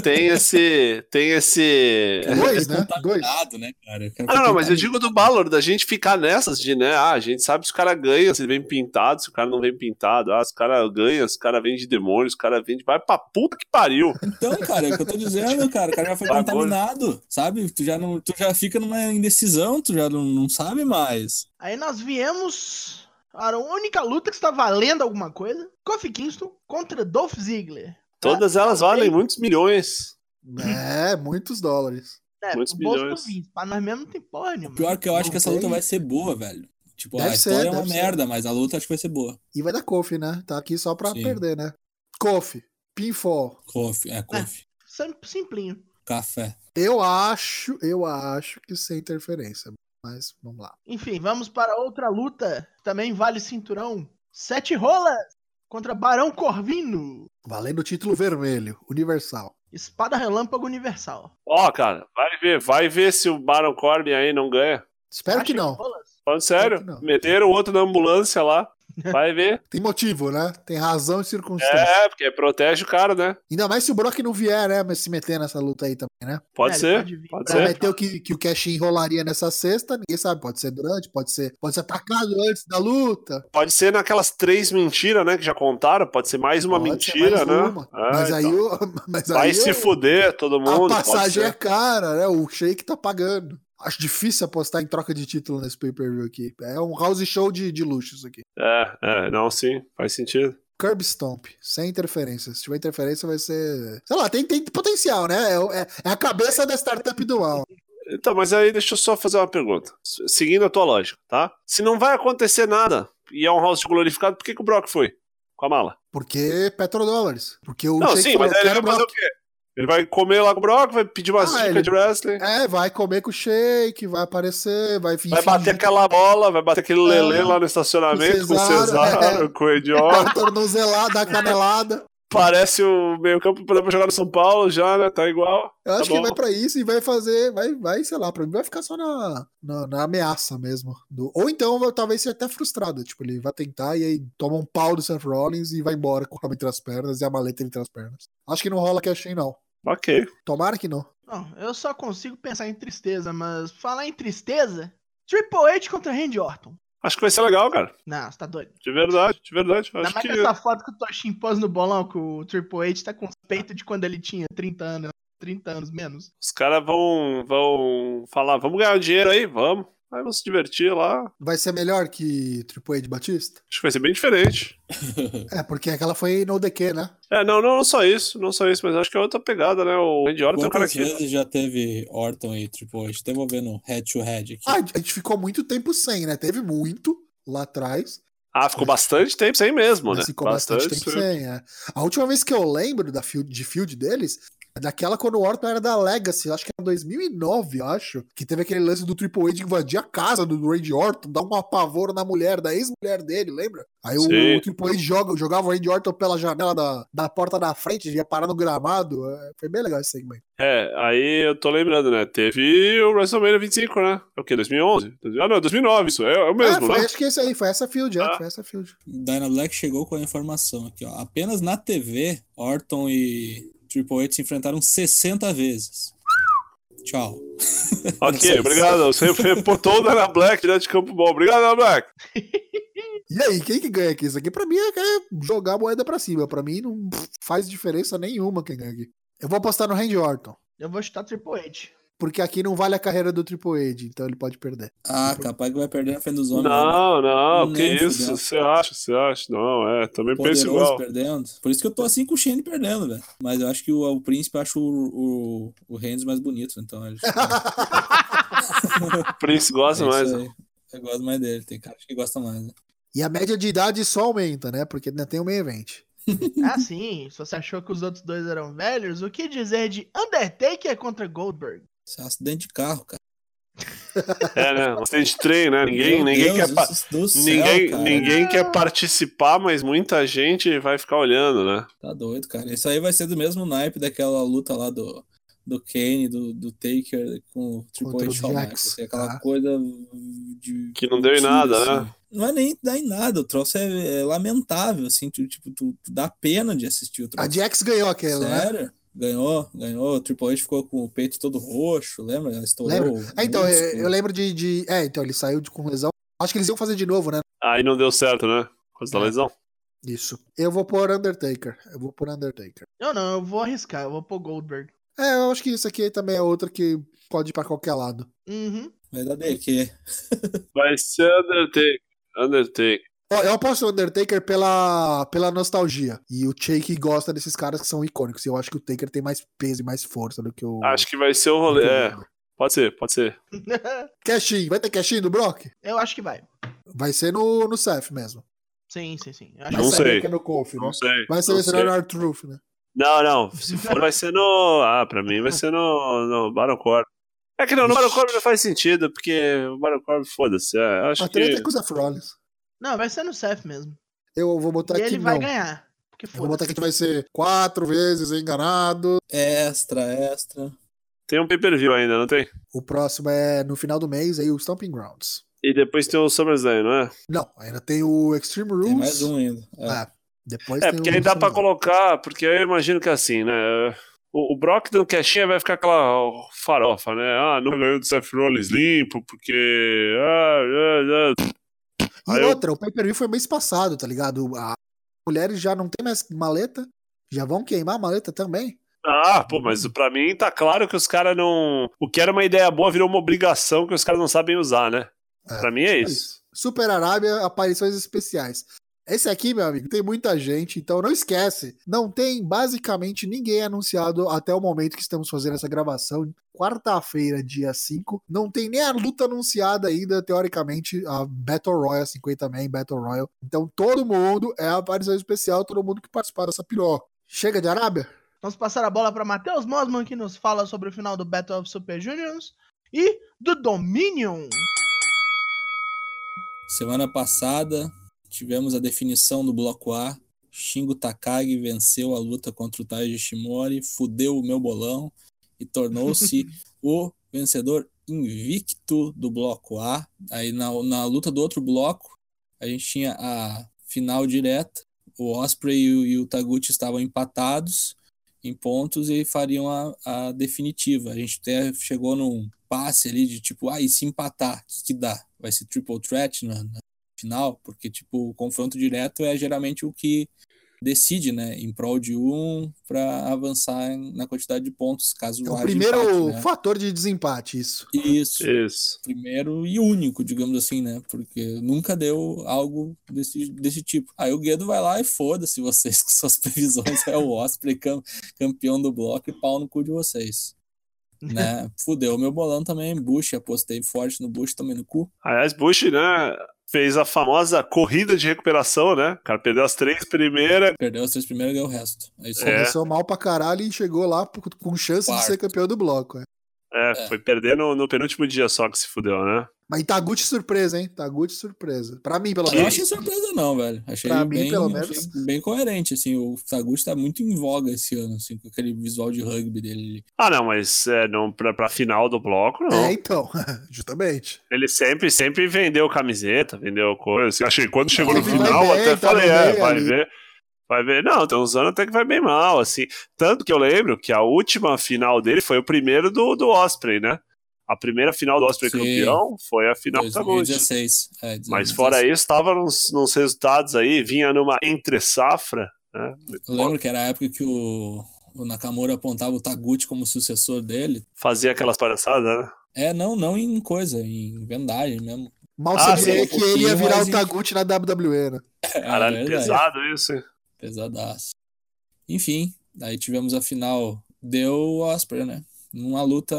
S3: Tem esse. Tem esse.
S4: Cara,
S2: Dois,
S4: fica
S2: né?
S4: tá contaminado, né, cara? O cara
S3: Ah, não, não,
S4: fica
S3: mas eu
S4: contaminado.
S3: digo do Balor, da gente ficar nessas de, né, ah, a gente sabe se o cara ganha, se ele vem pintado, se o cara não vem pintado, ah, se o cara ganha, se o cara vem de demônio, se o cara vem de... Vai pra puta
S2: <laughs>
S3: que pariu.
S4: Então, cara, é o que eu tô dizendo, cara. O cara já foi
S3: Bagulho.
S4: contaminado, sabe? Tu já, não, tu já fica numa indecisão, tu já não, não sabe mais.
S1: Aí nós viemos para a única luta que está valendo alguma coisa. Kofi Kingston contra Dolph Ziggler.
S3: Todas elas valem muitos milhões.
S2: É, muitos dólares.
S1: É,
S3: muitos
S1: pro bolso
S3: milhões.
S1: do Vince, pra nós mesmo não tem porra nenhuma.
S4: Pior que eu acho
S2: Não
S4: que essa
S2: tem.
S4: luta vai ser boa, velho. Tipo, a
S2: Deve ser,
S4: história é uma
S2: deve ser.
S4: merda, mas a luta acho que vai ser boa.
S2: E vai dar Kofi, né? Tá aqui só pra
S4: Sim.
S2: perder, né? Kofi, pinfall.
S4: Coffee, é, coffee.
S1: Sim- Simplinho.
S4: Café.
S2: Eu acho, eu acho que sem interferência. Mas vamos lá.
S1: Enfim, vamos para outra luta. Também vale cinturão. Sete rolas contra Barão Corvino.
S2: Valendo o título vermelho, universal.
S1: Espada Relâmpago Universal.
S3: Ó, cara, vai ver, vai ver se o Baron Corbin aí não ganha.
S2: Espero que
S1: Acho
S2: não.
S1: rolas.
S3: Falando
S2: que
S3: sério,
S2: não.
S3: meteram o outro na ambulância
S2: <laughs>
S3: lá, vai ver.
S2: Tem motivo, né? Tem razão e circunstância.
S3: É, porque protege o cara, né?
S2: Ainda mais se o Brock não vier, né? Mas se meter nessa luta aí também, né?
S3: Pode
S1: É, ele
S3: ser,
S1: pode vir
S3: pode
S1: pra-
S3: ser.
S2: Prometeu que, que o cash enrolaria nessa sexta, ninguém sabe. Pode ser durante, pode ser, pode ser atacado antes da luta.
S3: Pode ser naquelas três mentiras, né, que já contaram, pode ser mais uma
S2: Pode ser
S3: mentira,
S2: mais
S3: né?
S2: uma.
S3: É,
S2: mas aí,
S3: então.
S2: o, <laughs> mas
S3: Vai
S2: aí
S3: se
S2: o-
S3: fuder todo
S2: a
S3: mundo. pode
S2: passagem
S3: ser.
S2: é cara, né? O shake tá pagando. Acho difícil apostar em troca de título nesse pay-per-view aqui. É um house show de, de luxo isso aqui.
S3: É, é, não, sim, faz sentido.
S2: Curb Stomp, sem interferência. Se tiver interferência, vai ser. Sei lá, tem, tem potencial, né? É, o- é- é a cabeça da startup do Al.
S3: Então, mas aí deixa eu só fazer uma pergunta. S- Seguindo a tua lógica, tá? Se não vai acontecer nada e é um house glorificado, por que, que o Brock foi? Com a mala?
S2: Porque petrodólares. Porque o
S3: não,
S2: Shake
S3: sim, mas
S2: falou,
S3: aí ele
S2: "Quero
S3: vai fazer o
S2: Brock".
S3: quê? Ele vai comer lá com o Brock, vai pedir uma
S2: Ah,
S3: dica
S2: ele-
S3: de wrestling,
S2: É, vai comer com o shake, vai aparecer, vai fingir
S3: vai bater aquela bola, vai bater aquele
S2: É.
S3: lelê lá no estacionamento com o
S2: Cesaro,
S3: Cesaro,
S2: é.
S3: <laughs> com o
S2: <laughs> Dá
S3: Edior.
S2: uma tornozelada, dá uma canelada.
S3: Parece o meio-campo para jogar no São Paulo já, né? Tá igual.
S2: Eu acho
S3: Tá
S2: que
S3: bom.
S2: vai pra isso e vai fazer, vai, vai, sei lá, pra mim vai ficar só na, na, na ameaça mesmo. do- ou então vai- talvez seja até frustrado, tipo, ele vai tentar e aí toma um pau do Seth Rollins e vai embora com o rabo entre as pernas e a maleta entre as pernas. Acho que não rola cashin, não.
S3: Ok.
S2: Tomara que não.
S1: Não, eu só consigo pensar em tristeza, mas falar em tristeza, Triple H contra Randy Orton.
S3: Acho que vai ser legal, cara.
S1: Não, você tá doido.
S3: De verdade, de verdade.
S1: Ainda
S3: Acho
S1: mais
S3: que.
S1: com essa foto que o Toshin pôs no bolão, que o Triple H tá com o peito de quando ele tinha 30 anos, 30 anos menos.
S3: Os caras vão, vão falar, vamos ganhar um dinheiro aí, vamos. Aí vão se divertir lá.
S2: Vai ser melhor que Triple H de Batista?
S3: Acho que vai ser bem diferente.
S2: É, porque aquela foi no DQ, né?
S3: É, não, não, não só isso, não só isso, mas acho que é outra pegada, né? O Randy Orton é um cara
S4: Quantas
S3: que.
S4: vezes já teve Orton tipo, e Triple H? Até vou ver no tá head to head aqui.
S2: Ah, a gente ficou muito tempo sem, né? Teve muito lá atrás,
S3: Ah, ficou bastante tempo sem mesmo, né?
S2: mas ficou bastante, tempo sem. é. A última vez que eu lembro da field, de field deles é daquela quando o Orton era da Legacy, acho que era 2009, acho, que teve aquele lance do Triple H invadir a casa do Randy Orton, dar um apavoro na mulher, da ex-mulher dele, lembra? Aí o,
S3: Sim.
S2: o Triple H joga, jogava o Randy Orton pela janela da, da porta da frente, ia parar no gramado. é, foi bem legal esse segmento.
S3: É, aí eu tô lembrando, né? Teve o WrestleMania 25, né? É o quê? 2011? Ah, não, 2009, isso. É, é o
S2: é,
S3: mesmo,
S2: foi,
S3: né?
S2: acho que esse aí, foi essa field, é,
S3: Ah.
S2: foi essa field.
S4: Dyna Black chegou com a informação aqui, ó. Apenas na TV, Orton e Triple H se enfrentaram 60 vezes. Tchau.
S3: Ok, obrigado. Você reportou o Dana Black direto de Campo Bom. Obrigado, Dana Black.
S2: E aí, quem que ganha aqui? Isso aqui pra mim é é jogar a moeda pra cima. Pra mim não faz diferença nenhuma quem ganha aqui. Eu vou apostar no Randy Orton.
S1: Eu vou chutar Triple H.
S2: Porque aqui não vale a carreira do Triple H, então ele pode perder.
S4: Ah, capaz que vai perder na frente dos homens. né?
S3: Não, não, que
S4: Nem
S3: isso?
S4: fudeu.
S3: Você acha, você acha? Não, é, também penso
S4: Poderoso
S3: igual.
S4: perdendo. Por isso que eu tô assim com o Shane perdendo, velho. Mas eu acho que o, o Príncipe eu acho o, o, o Reigns mais bonito,
S3: <laughs>
S4: então ele...
S3: O Prince gosta
S4: <laughs> É
S3: mais.
S4: isso
S3: né?
S4: aí. Eu gosto mais dele, tem cara que gosta mais, né?
S2: E a média de idade só aumenta, né? Porque ainda tem o meio evento.
S1: Ah, sim, se você achou que os outros dois eram velhos, o que dizer de Undertaker contra Goldberg?
S4: Isso é um acidente de carro, cara.
S3: É, né? Você de trem, né? Ninguém,
S4: Meu
S3: ninguém,
S4: Deus
S3: quer, pa-
S4: do c- do céu,
S3: ninguém,
S4: cara. Tá
S3: ninguém quer participar, mas muita gente vai ficar olhando, né?
S4: Tá doido, cara. Isso aí vai ser do mesmo naipe daquela luta lá do, do Kane, do, do Taker com o
S2: Contra
S4: Triple
S2: o
S4: H Shawn
S2: Jax,
S4: Michaels. É aquela
S2: tá.
S4: coisa de.
S3: Que não deu em nada, né?
S4: assim. Não é nem dar em nada, o troço é, é lamentável, assim, tu, tipo, tu, tu dá pena de assistir o
S2: A
S4: troço.
S2: Jax ganhou aquela, Tá né?
S4: Sério? Ganhou, ganhou. O Triple H ficou com o peito todo roxo, lembra? Ela estourou.
S2: Lembra?
S4: o
S2: Ah, então, é,
S4: músculo.
S2: eu lembro de, de- É, então, ele saiu de, com lesão. Acho que eles iam fazer de novo, né?
S3: Aí não deu certo, né? Coisa da
S2: É.
S3: lesão.
S2: Isso. Eu vou pôr Undertaker. Eu vou pôr Undertaker.
S1: Eu não, eu vou arriscar, eu vou pôr Goldberg.
S2: É, eu acho que isso aqui também é outra que pode ir pra qualquer lado.
S1: Uhum.
S4: Vai dar DQ.
S3: Vai ser Undertaker. Undertaker.
S2: Ó, eu aposto no Undertaker pela, pela nostalgia. E o Shake gosta desses caras que são icônicos. E eu acho que o Taker tem mais peso e mais força do que o.
S3: Acho que vai ser o
S2: do que
S3: rolê.
S2: o-
S3: É, pode ser, pode ser.
S2: Cash-in. Vai ter cash-in do Brock?
S1: eu acho que vai.
S2: Vai ser no, no Seth mesmo.
S1: Sim, sim, sim. Eu acho
S2: Vai
S3: Não
S1: que
S2: saber
S3: sei.
S2: que é no Kofi, né?
S3: Não sei.
S2: Vai
S3: não,
S2: selecionar
S3: sei.
S2: no R-Truth, né?
S3: não, não. Se for, vai ser no. Ah, pra mim vai ser no, no Baron Corbin. É que não, no Baron Corbin não faz sentido, porque o Baron Corbin, foda-se. É, acho
S2: A
S3: que.
S2: treta é com o Seth Rollins.
S1: Não, vai ser no Seth mesmo.
S2: Eu vou botar
S1: e
S2: aqui
S1: ele
S2: não.
S1: vai ganhar. Porque
S2: Eu vou
S1: foda
S2: botar que a gente vai ser quatro vezes enganado.
S4: Extra, extra.
S3: Tem um pay-per-view ainda, não tem?
S2: O próximo é no final do mês, aí o Stomping Grounds.
S3: E depois tem o SummerSlam, não é?
S2: Não, ainda tem o Extreme Rules.
S4: Tem mais um ainda. É.
S2: Ah, depois
S3: É,
S2: tem
S3: porque
S2: o
S3: aí dá pra
S2: Summer-
S3: colocar, porque eu imagino que assim, né? O, o Brock dando caixinha vai ficar aquela farofa, né? Ah, não ganhou do Seth Rollins limpo, porque. Ah, ah, ah.
S2: E
S3: Aí eu-
S2: outra, o pay-per-view foi mês passado, tá ligado? A- As mulheres já não tem mais maleta, já vão queimar a maleta também.
S3: Ah, pô, mas pra mim tá claro que os caras não. O que era uma ideia boa virou uma obrigação que os caras não sabem usar, né?
S2: É,
S3: pra mim é isso.
S2: Super Arábia, aparições especiais. Esse aqui, meu amigo, tem muita gente, então não esquece. Não tem basicamente ninguém anunciado até o momento que estamos fazendo essa gravação, quarta-feira, dia 5. Não tem nem a luta anunciada ainda, teoricamente, a Battle Royale 50 Man Battle Royale. Então todo mundo é a aparição especial, todo mundo que participar dessa piró. Chega de Arábia?
S1: Vamos passar a bola para Matheus Mosman, que nos fala sobre o final do Battle of Super Juniors e do Dominion.
S4: Semana passada tivemos a definição do bloco A. Shingo Takagi venceu a luta contra o Taiji Shimori, fudeu o meu bolão
S2: <laughs>
S4: e tornou-se o vencedor invicto do bloco A. Aí na, na luta do outro bloco, a gente tinha a final direta. O Osprey e o, e o Taguchi estavam empatados em pontos e fariam a, a definitiva. A gente até chegou num passe ali de tipo, ah, e se empatar, o que, que dá? Vai ser triple threat na, na final? Porque, tipo, o confronto direto é geralmente o que decide, né? Em prol de um para avançar na quantidade de pontos, caso
S2: É o
S4: haja
S2: primeiro
S4: empate, né?
S2: fator de desempate, isso.
S4: Isso
S3: É. Isso.
S4: primeiro e único, digamos assim, né? Porque nunca deu algo desse, desse tipo. Aí o Guedo vai lá e foda-se vocês <laughs> com suas previsões. É o Osprey cam- campeão do bloco e pau no cu de vocês.
S3: <laughs>
S4: Né? Fudeu meu bolão também, Bush. Apostei forte no Bush, também no cu.
S3: Aliás, Bush, né? Fez a famosa corrida de recuperação, né? O cara perdeu as três primeiras.
S4: Perdeu os três primeiros e ganhou o resto. É isso aí.
S3: É.
S2: Começou mal pra caralho e chegou lá p- com chance de ser
S4: Quarto.
S2: campeão do bloco. é.
S3: É,
S4: É.
S3: foi perder no, no penúltimo dia só que se fudeu, né?
S2: Mas Taguchi surpresa, hein? Taguchi surpresa. Pra mim, pelo
S4: Eu não
S2: menos.
S4: achei surpresa, não, velho. Achei
S2: Pra mim,
S4: bem,
S2: pelo menos.
S4: achei bem coerente, assim. O Taguchi tá muito em voga esse ano, assim, com aquele visual de rugby dele.
S3: Ah, não, mas é, não, pra, pra final do bloco, não.
S2: É, então, <laughs> justamente.
S3: Ele sempre, sempre vendeu camiseta, vendeu coisa. assim. Achei que quando chegou no
S4: Vai
S3: final,
S2: bem,
S3: até
S2: tá
S3: falei,
S2: bem
S3: é,
S2: ali.
S3: vai ver. Vai ver. Não, tem uns anos até que vai bem mal, assim. Tanto que eu lembro que a última final dele foi o primeiro do, do Osprey, né? A primeira final do Osprey
S4: Sim.
S3: campeão foi a final do Taguchi.
S4: 2016. É, 2016.
S3: tá Mas fora isso, tava nos, nos resultados aí, vinha numa entre safra, né?
S4: Eu lembro que era a época que o, o Nakamura apontava o Taguchi como sucessor dele.
S3: Fazia aquelas palhaçadas, né?
S4: É, não, não em coisa, em vendagem mesmo. <laughs>
S2: Mal
S3: Ah,
S2: sabia
S3: sim.
S2: que ele ia virar
S4: Mas,
S2: o Taguchi na WWE, né?
S4: É,
S3: Caralho,
S4: é verdade,
S3: pesado isso. hein?
S4: Pesadaço. Enfim, daí tivemos a final. Deu o Osprey, né? Numa luta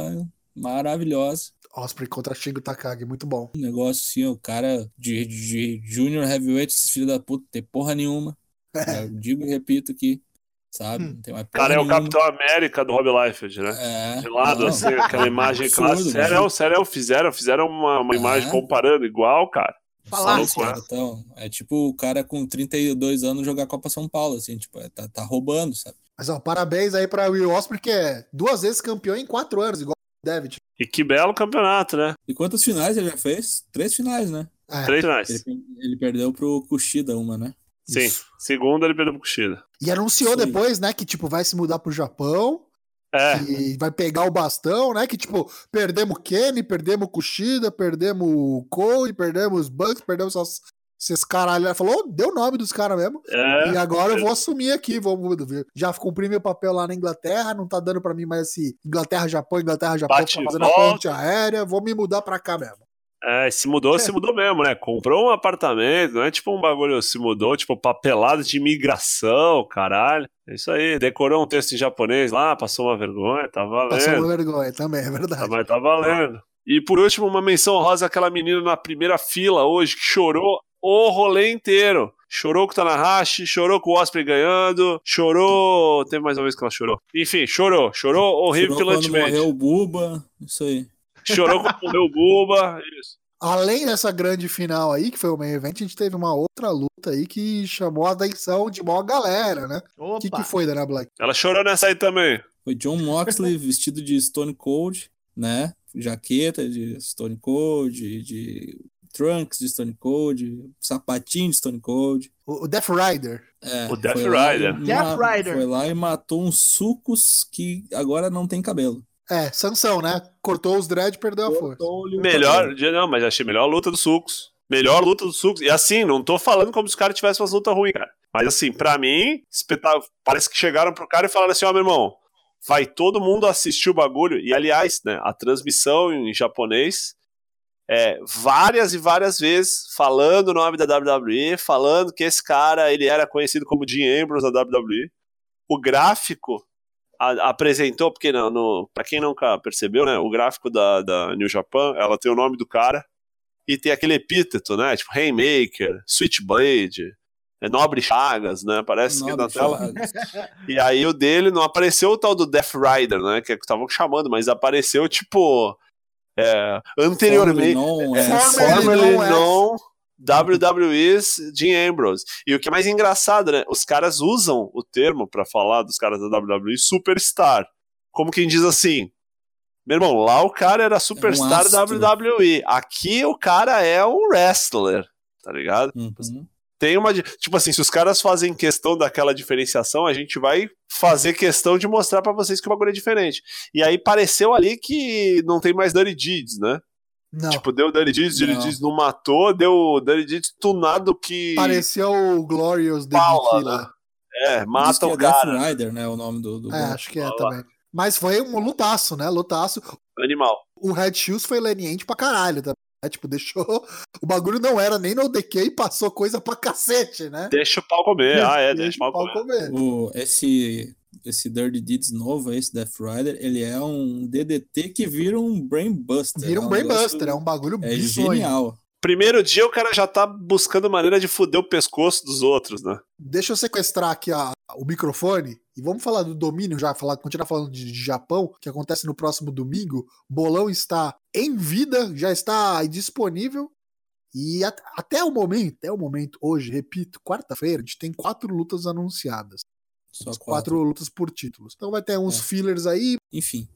S4: maravilhosa.
S2: Osprey contra Shingo Takagi, muito bom.
S4: Um negócio assim, o cara de, de Junior Heavyweight, esses filhos da puta, não tem porra nenhuma. Eu digo e repito aqui, sabe?
S1: Hum.
S4: Não tem mais
S3: O
S4: porra
S3: cara é o
S4: nenhuma.
S3: Capitão América do Rob Liefeld, né?
S4: É,
S3: De lado,
S4: não.
S3: assim, aquela imagem
S4: Absurdo,
S3: clássica.
S4: né?
S3: Sério, sério, fizeram, fizeram uma, uma
S4: É.
S3: imagem comparando igual, cara.
S1: Falar,
S4: Sim, cara, então, é tipo o cara com 32 anos jogar Copa São Paulo, assim, tipo, é, tá, tá roubando, sabe?
S2: Mas, ó, parabéns aí pra Will Osprey, que é duas vezes campeão em quatro anos, igual o David.
S3: E que belo campeonato, né?
S4: E quantas finais ele já fez? Três finais, né?
S2: É.
S3: Três
S4: Ele,
S3: finais.
S4: ele perdeu pro Kushida uma, né?
S3: Sim. Segunda ele perdeu pro Kushida.
S2: E anunciou
S4: Sim.
S2: depois, né, que, tipo, vai se mudar pro Japão
S3: É,
S2: e vai pegar o bastão, né, que, tipo, perdemos o Kenny, perdemos o Kushida, perdemos o Cole, perdemos os Bucks, perdemos essas, esses caralho. Ela falou, "Oh, deu o nome dos caras mesmo.
S3: é.
S2: E agora eu vou assumir aqui, vou já cumpri meu papel lá na Inglaterra, não tá dando pra mim mais esse Inglaterra, Japão, Inglaterra, Japão,
S3: Bate
S2: tá
S3: e
S2: fazendo a
S3: volta.
S2: ponte aérea, vou me mudar pra cá mesmo.
S3: É, se mudou, se mudou mesmo, né? Comprou um apartamento, não é tipo um bagulho, se mudou, tipo, papelado de imigração, caralho. É isso aí, decorou um texto em japonês lá, passou uma vergonha, tá
S2: Passou
S3: valendo.
S2: uma vergonha também, é
S3: Tá,
S2: verdade.
S3: mas tá valendo. E por último, uma menção rosa àquela menina na primeira fila hoje que chorou o rolê inteiro. Chorou com o Tanahashi, chorou com o Osprey ganhando, chorou. Teve mais uma vez que ela chorou. Enfim, chorou. Chorou
S4: Tirou quando
S3: horrivelmente.
S4: morreu o Buba, isso aí.
S3: Chorou quando morreu o Buba. Isso.
S2: Além dessa grande final aí, que foi o main event, a gente teve uma outra luta aí que chamou a atenção de maior galera, né? O
S1: Opa,
S2: que, que foi, Dana Black?
S3: Ela chorou nessa aí também.
S4: Foi John
S3: <laughs>
S4: Moxley vestido de Stone Cold, né? Jaqueta de Stone Cold, de, de trunks de Stone Cold, sapatinho de Stone Cold.
S2: O, o Death Rider.
S4: É,
S3: O Death
S4: foi lá
S3: Rider.
S4: e ma-
S1: Death Rider.
S4: Foi lá e matou uns sucos que agora não tem cabelo.
S2: É, Sansão, né? Cortou os dread perdeu a força.
S4: Cortou-lhe o
S3: Melhor,
S4: cabelo.
S3: não, mas achei melhor a luta dos sucos. Melhor luta dos sucos. E assim, não tô falando como se os caras tivessem umas lutas ruins, cara. Mas assim, pra mim, espetáculo. Parece que chegaram pro cara e falaram assim: ó, meu irmão, vai todo mundo assistir o bagulho. E aliás, né, a transmissão em japonês é, várias e várias vezes falando o nome da WWE, falando que esse cara ele era conhecido como Dean Ambrose da WWE. O gráfico a, apresentou, porque no, no, para quem nunca percebeu, né, o gráfico da, da New Japan, ela tem o nome do cara e tem aquele epíteto, né, tipo Rainmaker, Switchblade, é Nobre Chagas, né, parece
S4: Nobre
S3: que na tela.
S4: Chagas.
S3: E aí o dele não apareceu o tal do Death Rider, né? Que estavam chamando, mas apareceu, tipo. é, anteriormente.
S4: Não,
S3: É,
S4: é,
S2: formerly
S3: formerly
S2: known as-
S3: known WWE's Dean Ambrose. E o que é mais engraçado, né? Os caras usam o termo pra falar dos caras da WWE superstar. Como quem diz assim. Meu irmão, lá o cara era superstar
S4: É um astro.
S3: da WWE. Aqui o cara é um wrestler, tá ligado?
S4: Uhum.
S3: tem uma. di- Tipo assim, se os caras fazem questão daquela diferenciação, a gente vai fazer questão de mostrar pra vocês que o bagulho é diferente. E aí pareceu ali que não tem mais Dirty Deeds, né?
S2: Não.
S3: Tipo, deu Dirty Deeds, Dirty
S4: Não.
S3: Deeds não matou, deu Dirty Deeds tunado que.
S2: Pareceu o Glorious de
S3: Paula,
S2: DDT lá.
S3: É,
S4: Diz que
S3: mata
S4: é
S3: o cara.
S4: Death Rider, né? O nome do. do
S2: É,
S4: golpe.
S2: acho que é
S3: Paula.
S2: também. Mas foi um lutaço, né? Lutaço.
S3: Animal.
S2: O Red Shoes foi leniente pra caralho também. né? Tipo, deixou. <laughs> O bagulho não era nem no DQ e passou coisa pra cacete, né?
S3: Deixa o pau comer. Ah, é, deixa o pau
S2: Pau
S3: comer.
S2: comer.
S4: O- esse, esse Dirty Deeds novo, esse Death Rider, ele é um DDT que vira um Brain Buster.
S2: Vira
S4: É
S2: um
S4: negócio-
S2: brainbuster, é um bagulho
S4: É
S2: bizonho.
S4: genial.
S3: Primeiro dia o cara já tá buscando maneira de foder o pescoço dos outros, né?
S2: Deixa eu sequestrar aqui a- o microfone e vamos falar do domínio já, falar, continuar falando de, de Japão, que acontece no próximo domingo. Bolão está em vida, já está disponível. E at- até o momento, até o momento, hoje, repito, quarta-feira, a gente tem quatro lutas anunciadas.
S4: Só
S2: Quatro,
S4: quatro.
S2: lutas por títulos. Então vai ter uns
S4: É.
S2: fillers aí.
S4: Enfim,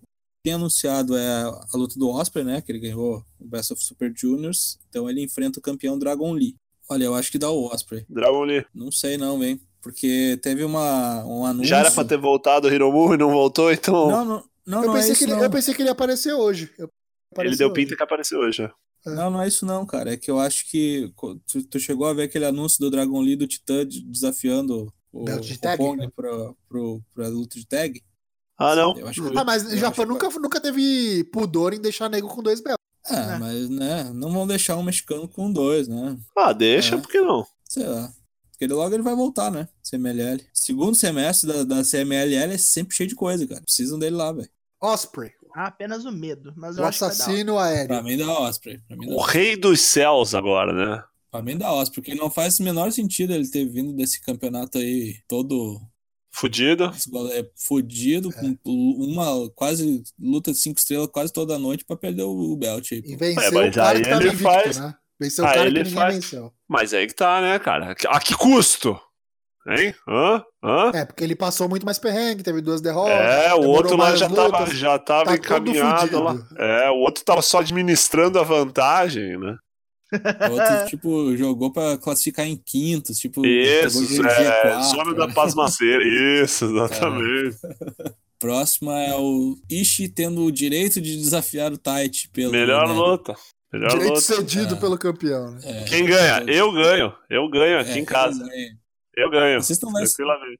S4: tem anunciado é a luta do Osprey, né? Que ele ganhou o Best of Super Juniors. Então ele enfrenta o campeão Dragon Lee. Olha, eu acho que dá o Osprey.
S3: Dragon Lee.
S4: Não sei não, hein? Porque teve uma, um anúncio.
S3: Já era pra ter voltado o Hiromu e não voltou, então.
S4: Não, não, não,
S2: eu,
S4: não é
S2: pensei
S4: isso,
S2: que ele,
S4: não.
S2: eu pensei que ele ia aparecer hoje. Eu-
S3: ele
S2: apareceu
S3: deu
S2: hoje.
S3: pinta que apareceu hoje. né?
S4: Não, não é isso não, cara. É que eu acho que co- tu, tu chegou a ver aquele anúncio do Dragon Lee do Titã de- desafiando o,
S2: Belt É, de
S4: o
S2: tag?
S4: Pong pra, pro, pra luta de tag.
S3: Ah, não.
S4: Eu acho que-
S2: Ah, mas
S4: eu
S2: o Japão
S4: acho que-
S2: nunca, nunca teve pudor em deixar nego com dois belos.
S4: Ah,
S2: né?
S4: mas né, não vão deixar um mexicano com dois, né?
S3: Ah, deixa,
S4: É.
S3: por que não?
S4: Sei lá. Porque ele logo ele vai voltar, né? CMLL. Segundo semestre da, da CMLL é sempre cheio de coisa, cara. Precisam dele lá, velho.
S2: Osprey,
S1: Há tá apenas o medo. Mas eu
S2: o
S1: acho que vai dar.
S2: assassino aéreo.
S4: Pra mim dá Osprey. Pra mim dá,
S3: O rei dos céus agora, né?
S4: pra mim dá Osprey. Porque não faz o menor sentido ele ter vindo desse campeonato aí todo
S3: Fudido.
S4: é fudido, com uma quase luta de cinco estrelas quase toda noite pra perder o belt
S3: <laughs>
S4: aí.
S2: E
S4: pô.
S2: venceu
S3: É, mas
S2: o cara
S3: aí
S2: que tava
S3: ele
S2: invicto,
S3: faz-
S2: né? Venceu o
S3: aí
S2: cara que
S3: ele
S2: ninguém
S3: faz-
S2: venceu.
S3: Mas aí que tá, né, cara? A que custo? Hein? Hã? Hã?
S2: É, porque ele passou muito mais perrengue, teve duas derrotas.
S3: É, o
S2: demorou
S3: outro lá
S2: várias
S3: já tava,
S2: lutas,
S3: já tava
S2: tá todo
S3: encaminhado lá.
S2: fudido.
S3: É, o outro tava só administrando a vantagem, né?
S4: Outro, tipo, jogou pra classificar em quintos, tipo, jogou de
S3: Isso, é.
S4: G4.
S3: Zona
S2: né?
S3: da pasmaceira.
S2: <laughs> É,
S3: Isso, exatamente.
S4: Próxima é o Ishi tendo o direito de desafiar o Taichi pelo.
S3: Melhor
S4: né?
S3: luta. Melhor
S2: Direito
S3: luta.
S2: cedido
S4: É.
S2: pelo campeão, né?
S4: É,
S3: Quem ganha? Eu ganho. Eu ganho aqui
S4: é,
S3: em casa.
S4: ganha.
S2: é.
S3: Eu ganho.
S4: Vocês estão mais.
S3: Tranquilamente.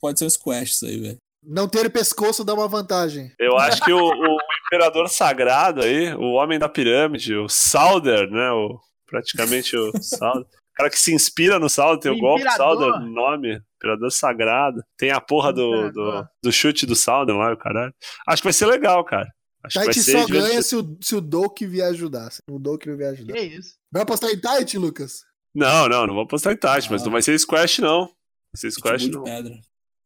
S4: Pode ser um squash isso aí, velho.
S2: Não ter pescoço dá uma vantagem.
S3: Eu acho que o, o imperador sagrado aí, o homem da pirâmide, o Sauder, né? O, praticamente o Sauder. O cara que se inspira no Sauder, tem o,
S1: O
S3: golpe
S1: imperador.
S3: Sauder, o nome, imperador sagrado. Tem a porra do, do,
S1: Imperador.
S3: do chute do Sauder lá, o caralho. Acho que vai ser legal, cara. Acho que vai
S2: Tá, Tite
S3: ser
S2: só
S3: divertido.
S2: ganha se o, se o Doak vier ajudar. Se o Doak não vier ajudar.
S1: <laughs> Que isso.
S2: Vai apostar em Tite, Lucas?
S3: Não, não, não vou apostar em Tati, mas
S4: Ah.
S3: não vai ser Squash, não. Vai ser Squash,
S4: Pitbull Tipo, de
S3: não.
S4: pedra.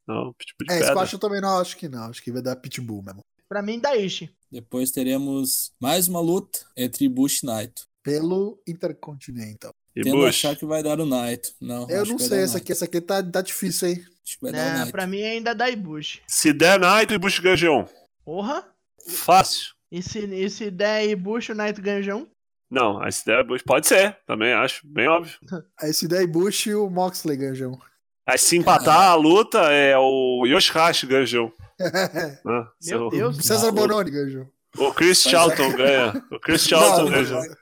S3: Não, tipo de
S2: Tipo É,
S3: pedra.
S2: Squash eu também não acho que não. Acho que vai dar Pitbull mesmo.
S1: Pra mim, dá Ishi.
S4: Depois teremos mais uma luta entre Bush e Naito.
S2: Pelo Intercontinental.
S3: E
S4: Tendo a
S3: Bush.
S4: achar que vai dar o Naito. Não,
S2: eu
S4: acho
S2: não
S4: que
S2: sei,
S4: vai
S2: essa
S4: dar o
S2: É,
S4: Naito.
S2: aqui, essa aqui tá, tá difícil, hein?
S4: Acho que vai dar o
S1: Né,
S4: Naito.
S1: pra mim, ainda dá Ibushi.
S3: Se der Naito e Bush ganha G1.
S1: Porra.
S3: Fácil.
S1: E se, e se der Ibushi, o um? Knight ganha G1?
S3: Não, aí se der Bush, pode ser, também acho, bem óbvio.
S2: Aí se der Bush e o Moxley ganham. <laughs>
S3: Aí se empatar a luta é o Yoshihashi ganha o jogo. né? Se
S1: Meu
S3: o-
S1: Deus.
S2: César Bononi ganhou.
S3: O Chris
S4: Mas-
S3: Charlton ganha. O Chris Charlton
S2: é. Não,
S3: ganha. o
S2: não,
S3: jogo.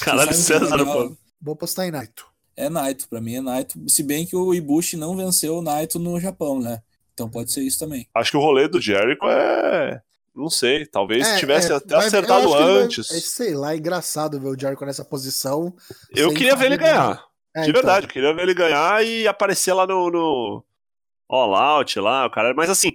S3: Caralho,
S4: Sabe que
S3: César,
S4: legal?
S3: pô.
S2: Vou apostar em Naito.
S4: É Naito, pra mim é Naito. Se bem que o Ibushi não venceu o Naito no Japão, né? Então pode ser isso também.
S3: Acho que o rolê do Jericho é. Não sei, talvez
S2: É,
S3: tivesse
S2: é,
S3: até
S2: vai- eu
S3: acertado
S2: acho que ele vai-
S3: antes.
S2: é, sei lá, é engraçado ver o Jericho nessa posição.
S3: Eu
S2: sem
S3: queria ver ele
S2: saber-
S3: ganhar.
S2: É,
S3: de
S2: então.
S3: verdade, eu queria ver ele ganhar e aparecer lá no, no All Out lá, o cara. Mas assim,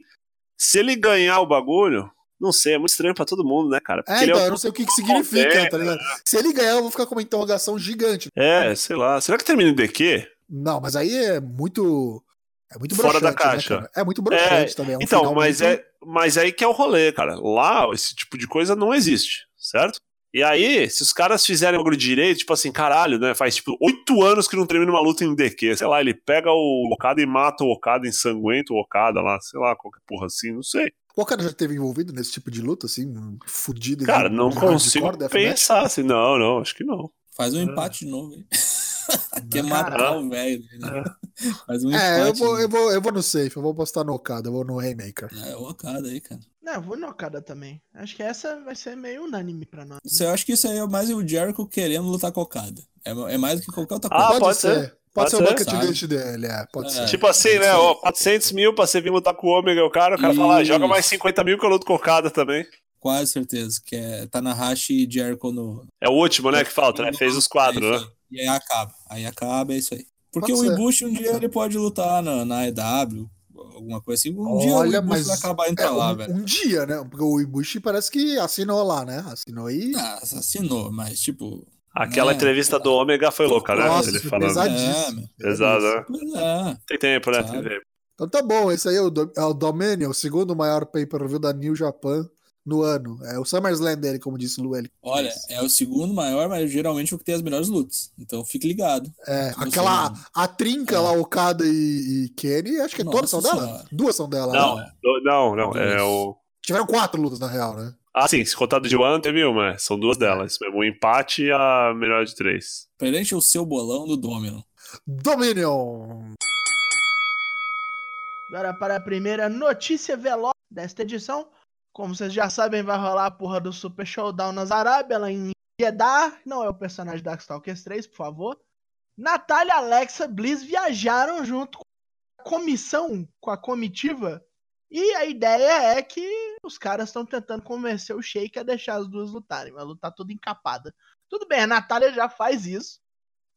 S3: se ele ganhar o bagulho, não sei, é muito estranho pra todo mundo, né, cara?
S2: É,
S3: ele
S2: então,
S3: é,
S2: eu não sei o que, que significa, tá ligado? Se ele ganhar, eu vou ficar com uma interrogação gigante.
S3: é, sei lá. Será que termina em DQ?
S2: Não, mas aí é muito. É muito
S3: Fora
S2: broxante.
S3: da
S2: né,
S3: caixa.
S2: cara? é muito broxante também. é um
S3: então,
S2: final
S3: mas
S2: muito-
S3: é, mas aí que é o rolê, cara. Lá esse tipo de coisa não existe, certo? E aí, se os caras fizerem o bagulho direito, tipo assim, caralho, né? Faz tipo oito anos que não termina uma luta em DQ. Sei lá, ele pega o Okada e mata o Okada, ensanguenta o Okada lá, sei lá, qualquer porra assim, não sei.
S2: Qual cara já teve envolvido nesse tipo de luta, assim? um Fudido.
S3: Cara,
S2: de-
S3: não
S2: de
S3: consigo
S2: hardcore, death match?
S3: pensar assim. Não, não, acho que não.
S4: Faz um empate de novo, hein? <laughs> Quer matar
S3: Caralho.
S4: o velho. né? Faz um empate.
S2: É, eu
S3: né?
S2: vou, eu, vou, eu vou no safe, eu vou postar no Okada, eu vou no Haymaker.
S4: É, o Okada aí, cara.
S1: Não, vou no Okada também. Acho que essa vai ser meio unânime pra nós.
S4: Isso, Eu acho que isso aí é mais o Jericho querendo lutar com o Okada. É, é mais do que qualquer outra
S3: Ah,
S4: coisa.
S3: pode ser.
S2: Pode,
S3: Pode
S2: ser o
S3: ser.
S2: bucket
S4: Sabe.
S2: list dele, é, pode
S4: É.
S2: ser.
S3: Tipo assim, né? Ó, 400 mil pra você vir lutar com o ômega, o cara, o cara fala, ah, joga mais 50 mil que eu luto com o Okada também.
S4: Quase certeza. Que é Tanahashi e Jericho no.
S3: É o último, né, que falta, né? Fez os
S4: é
S3: quadros,
S4: isso
S3: né?
S4: aí. E aí acaba. Aí acaba, é isso aí. Porque
S2: Pode
S4: o
S2: ser.
S4: Ibushi um dia ele pode lutar na, na EW, alguma coisa assim. Um
S2: Olha,
S4: dia o Ibushi
S2: mas-
S4: vai acabar indo
S2: É,
S4: pra lá,
S2: um,
S4: velho.
S2: um dia, né? Porque o Ibushi parece que assinou lá, né? Assinou e.
S4: Ah, assassinou, mas tipo.
S3: Aquela
S4: É.
S3: entrevista do ômega foi louca, né?
S2: Nossa,
S3: Ele
S2: foi
S3: falando.
S2: pesadíssimo.
S4: É, meu.
S3: Pesado, né?
S4: Pois é.
S3: Tem tempo, né? Tem
S4: Sabe?
S3: tempo.
S2: Então tá bom, esse aí é o, do, é o Dominion, o segundo maior pay-per-view da New Japan no ano. É o SummerSlam dele, como disse o Lueli.
S4: Olha, é o segundo maior, mas geralmente é o que tem as melhores lutas. Então fique ligado.
S2: É,
S4: Como
S2: aquela
S4: assim?
S2: a trinca lá, Okada e, e Kenny, acho que
S4: Nossa
S2: todas são dela.
S4: Senhora.
S2: Duas são dela.
S3: Não,
S2: né?
S3: do- não, não. É
S4: Dois.
S3: o.
S2: Tiveram quatro lutas, na real, né?
S3: Ah, sim, se contado de One, teve uma. São duas delas. isso mesmo. O empate e a melhor de três.
S4: Preencha o seu bolão do Domino.
S2: Dominion!
S1: Agora para a primeira notícia veloz desta edição. Como vocês já sabem, vai rolar a porra do Super Showdown nas Arábia, lá em Jeddah. Não é o personagem da Darkstalkers 3, por favor. Natália, Alexa, Bliss viajaram junto com a comissão, com a comitiva. E a ideia é que os caras estão tentando convencer o Sheik a deixar as duas lutarem. Vai lutar tudo tá encapada. Tudo bem, a Natália já faz isso.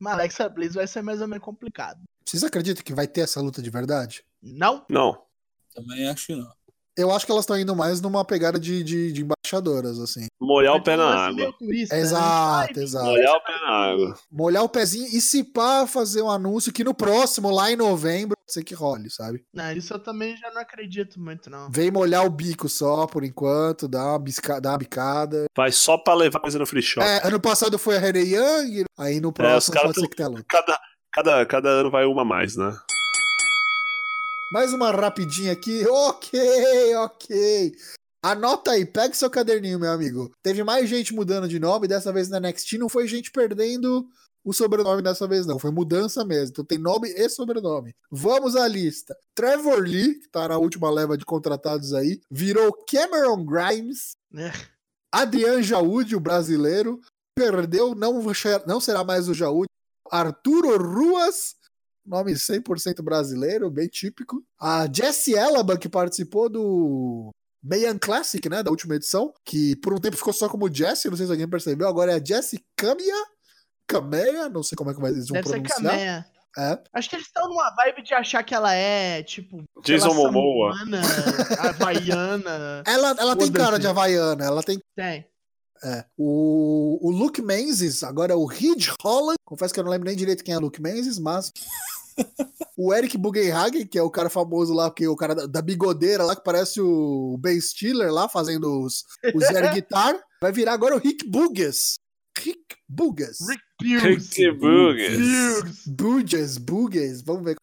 S1: Mas a Alexa Bliss vai ser mais ou menos complicado.
S2: Vocês acreditam que vai ter essa luta de verdade?
S1: Não?
S3: Não.
S4: Também acho que não.
S2: Eu acho que elas estão indo mais numa pegada de, de, de embaixadoras, assim.
S3: Molhar o pé na
S1: Vai ter um lance
S3: água.
S1: meio turista, né?
S2: Exato,
S1: Ai,
S2: exato.
S3: Molhar o pé na água.
S2: Molhar o pezinho e se pá, fazer um anúncio que no próximo, lá em novembro, pode ser que role, sabe?
S1: Não, isso eu também já não acredito muito, não.
S2: Vem molhar o bico só, por enquanto, dá uma, bisca... dá uma bicada.
S3: Vai só pra levar coisa no free shop.
S2: É, ano passado foi a Renee Young, aí no próximo
S3: caras
S2: pode ser
S3: tão-
S2: que tenha luta.
S3: Cada, cada, cada ano vai uma a mais, né?
S2: Mais uma rapidinha aqui. Ok, ok. Anota aí, pega seu caderninho, meu amigo. Teve mais gente mudando de nome, dessa vez na NXT não foi gente perdendo o sobrenome dessa vez não, foi mudança mesmo. Então tem nome e sobrenome. Vamos à lista. Trevor Lee, que tá na última leva de contratados aí, virou Cameron Grimes.
S1: É.
S2: Adrian Jaúde, o brasileiro, perdeu, não, não será mais o Jaúde. Arturo Ruas, nome 100% brasileiro, bem típico. A Jessie Elaba, que participou do Mayan Classic, né, da última edição, que por um tempo ficou só como Jessie, não sei se alguém percebeu, agora é a Jessie Camia, Camea, não sei como é que vai- eles vão
S1: Deve ser
S2: pronunciar.
S1: Kameha.
S2: É.
S1: Acho que eles estão numa vibe de achar que ela é, tipo, sei lá,
S3: Jason Momoa.
S1: samuana, <laughs> havaiana.
S2: Ela, ela tem
S1: Foda-se.
S2: cara de havaiana, ela tem
S1: Tem.
S2: É. O, o Luke Menzies, agora é o Reed Holland. Confesso que eu não lembro nem direito quem é Luke Menzies, mas. o Eric Bugenhagen, que é o cara famoso lá, que é o cara da, da bigodeira lá, que parece o Ben Stiller lá, fazendo os, os air guitar, vai virar agora o Rick Bugas. Rick Bugas.
S1: Rick Pierce.
S3: Rick Bugas.
S1: Pierce.
S2: Bugas, Bugas, vamos ver.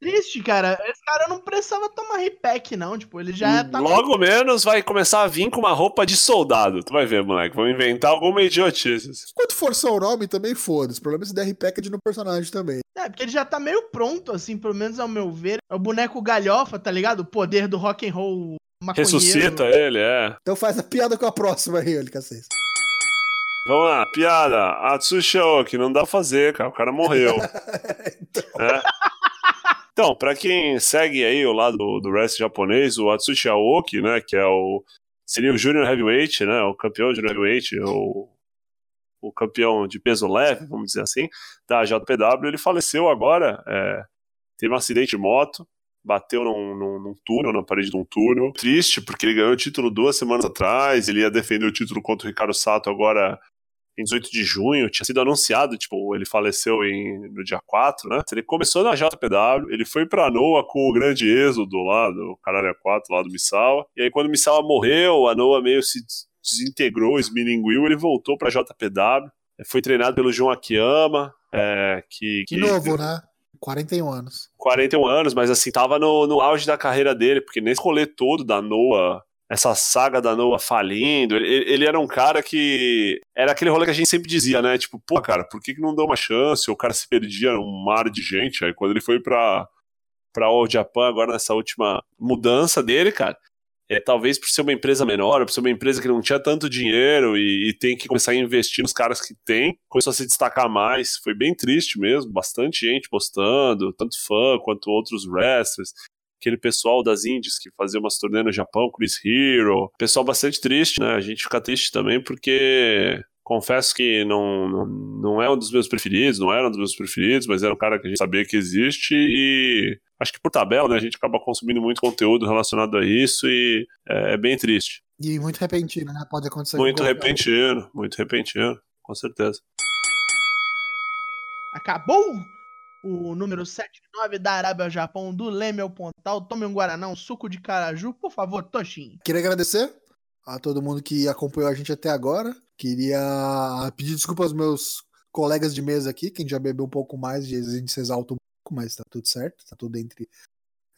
S1: Triste, cara. Esse cara não precisava tomar repack, não. Tipo, ele já tá.
S3: Hum, Logo menos vai começar a vir com uma roupa de soldado. Tu vai ver, moleque. Vão inventar alguma idiotice.
S2: Quanto for só o nome também, foda-se. O problema é se der package no personagem também.
S1: É, porque ele já tá meio pronto, assim, pelo menos ao meu ver. É o boneco galhofa, tá ligado? O poder do rock and roll maconheiro.
S3: Ressuscita ele, é.
S2: Então faz a piada com a próxima aí, olha, cacete.
S3: Vamos lá, piada. Atsushi Aoki, não dá pra fazer, cara. O cara morreu. É. Então, pra quem segue aí o lado do, do wrestling japonês, o Atsushi Aoki, né, que é o seria o Junior Heavyweight, né, o campeão Junior Heavyweight, o, o campeão de peso leve, vamos dizer assim, da JPW, ele faleceu agora, é, teve um acidente de moto, bateu num, num, num túnel, na parede de um túnel. Triste, porque ele ganhou o título duas semanas atrás, ele ia defender o título contra o Ricardo Sato agora em 18 de junho, tinha sido anunciado, tipo, ele faleceu em, no dia 4, né? Ele começou na JPW, ele foi pra Noa com o grande êxodo lá do Caralho 4, lá do Misawa, e aí quando o Misawa morreu, a Noa meio se desintegrou, esmilinguiu, ele voltou pra JPW, foi treinado pelo João Akiyama, é, que,
S2: De novo, né? 41 anos.
S3: 41 anos, mas assim, tava no, no auge da carreira dele, porque nesse rolê todo da Noah, essa saga da Noah falindo, ele, ele era um cara que. Era aquele rolê que a gente sempre dizia, né? Tipo, pô, cara, por que, que não dá uma chance? O cara se perdia num mar de gente. Aí quando ele foi pra, pra All Japan, agora nessa última mudança dele, cara. É, talvez por ser uma empresa menor, por ser uma empresa que não tinha tanto dinheiro e, e tem que começar a investir nos caras que tem, começou a se destacar mais. Foi bem triste mesmo, bastante gente postando, tanto fã quanto outros wrestlers. Aquele pessoal das indies que fazia umas turnê no Japão, Chris Hero. Pessoal bastante triste, né? A gente fica triste também porque confesso que não, não, não é um dos meus preferidos, não era um dos meus preferidos, mas era um cara que a gente sabia que existe e acho que por tabela, né, a gente acaba consumindo muito conteúdo relacionado a isso e é, é bem triste.
S2: E muito repentino, né? Pode acontecer.
S3: Muito
S2: com-
S3: repentino, muito repentino, com certeza.
S1: Acabou o número 79 da Arábia ao Japão, do Leme ao Pontal. Tome um Guaraná, um suco de caraju, por favor, Toshin.
S2: Queria agradecer a todo mundo que acompanhou a gente até agora. Queria pedir desculpa aos meus colegas de mesa aqui, quem já bebeu um pouco mais, às vezes a gente se exalta um pouco, mas tá tudo certo, tá tudo entre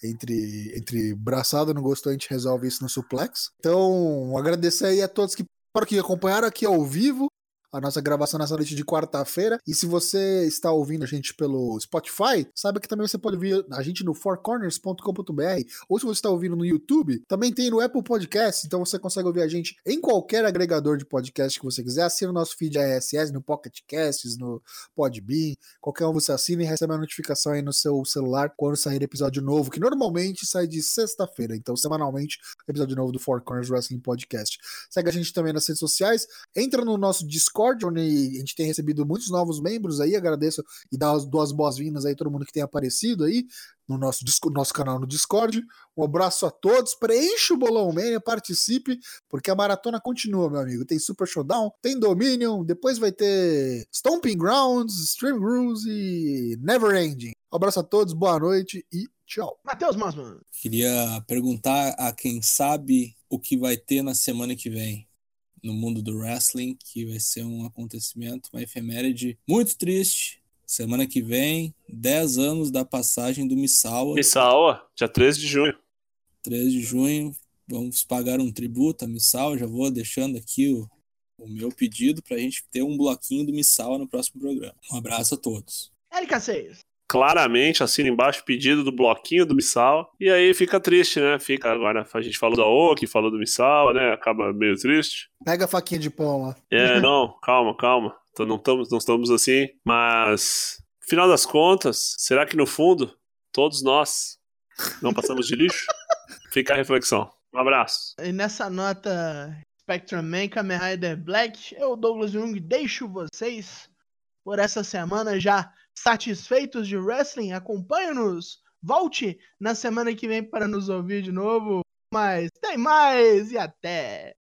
S2: entre entre braçada, não gostou, a gente resolve isso no suplex. Então, agradecer aí a todos que para que acompanharam aqui ao vivo a nossa gravação nessa noite de quarta-feira. E se você está ouvindo a gente pelo Spotify, saiba que também você pode ouvir a gente no fourcorners.com.br. Ou se você está ouvindo no YouTube, também tem no Apple Podcast. Então você consegue ouvir a gente em qualquer agregador de podcast que você quiser. Assina o nosso feed RSS, no Pocket Casts, no Podbean. Qualquer um você assina e recebe a notificação aí no seu celular quando sair episódio novo, que normalmente sai de sexta-feira. Então, semanalmente, episódio novo do Four Corners Wrestling Podcast. Segue a gente também nas redes sociais. Entra no nosso Discord, onde a gente tem recebido muitos novos membros aí. Agradeço e dá as duas boas-vindas aí a todo mundo que tem aparecido aí no nosso, disco- nosso canal no Discord. Um abraço a todos. Preencha o Bolão Mania, participe, porque a maratona continua, meu amigo. Tem Super Showdown, tem Dominion, depois vai ter Stomping Grounds, Stream Rules e Never Ending. Um abraço a todos, boa noite e tchau.
S1: Matheus Masman.
S4: Queria perguntar a quem sabe o que vai ter na semana que vem no mundo do wrestling, que vai ser um acontecimento, uma efeméride muito triste. Semana que vem, 10 anos da passagem do Misawa,
S3: Misawa, dia 13 de junho.
S4: 13 de junho. Vamos pagar um tributo a Misawa. Já vou deixando aqui o, o meu pedido para a gente ter um bloquinho do Misawa no próximo programa. Um abraço a todos.
S1: LK6.
S3: Claramente assina embaixo o pedido do bloquinho do Misawa. E aí fica triste, né? Fica agora, a gente falou da Oki, falou do Misawa, né? Acaba meio triste.
S2: Pega a faquinha de pão lá.
S3: É, não, calma, calma. Então, não estamos, não estamos assim. Mas, no final das contas, será que no fundo, todos nós não passamos de lixo? Fica a reflexão. Um abraço.
S1: E nessa nota Spectrum Man, Kamen Rider Black, eu, Douglas Jung, deixo vocês por essa semana já satisfeitos de wrestling. Acompanhe-nos, volte na semana que vem para nos ouvir de novo. Mas tem mais e até!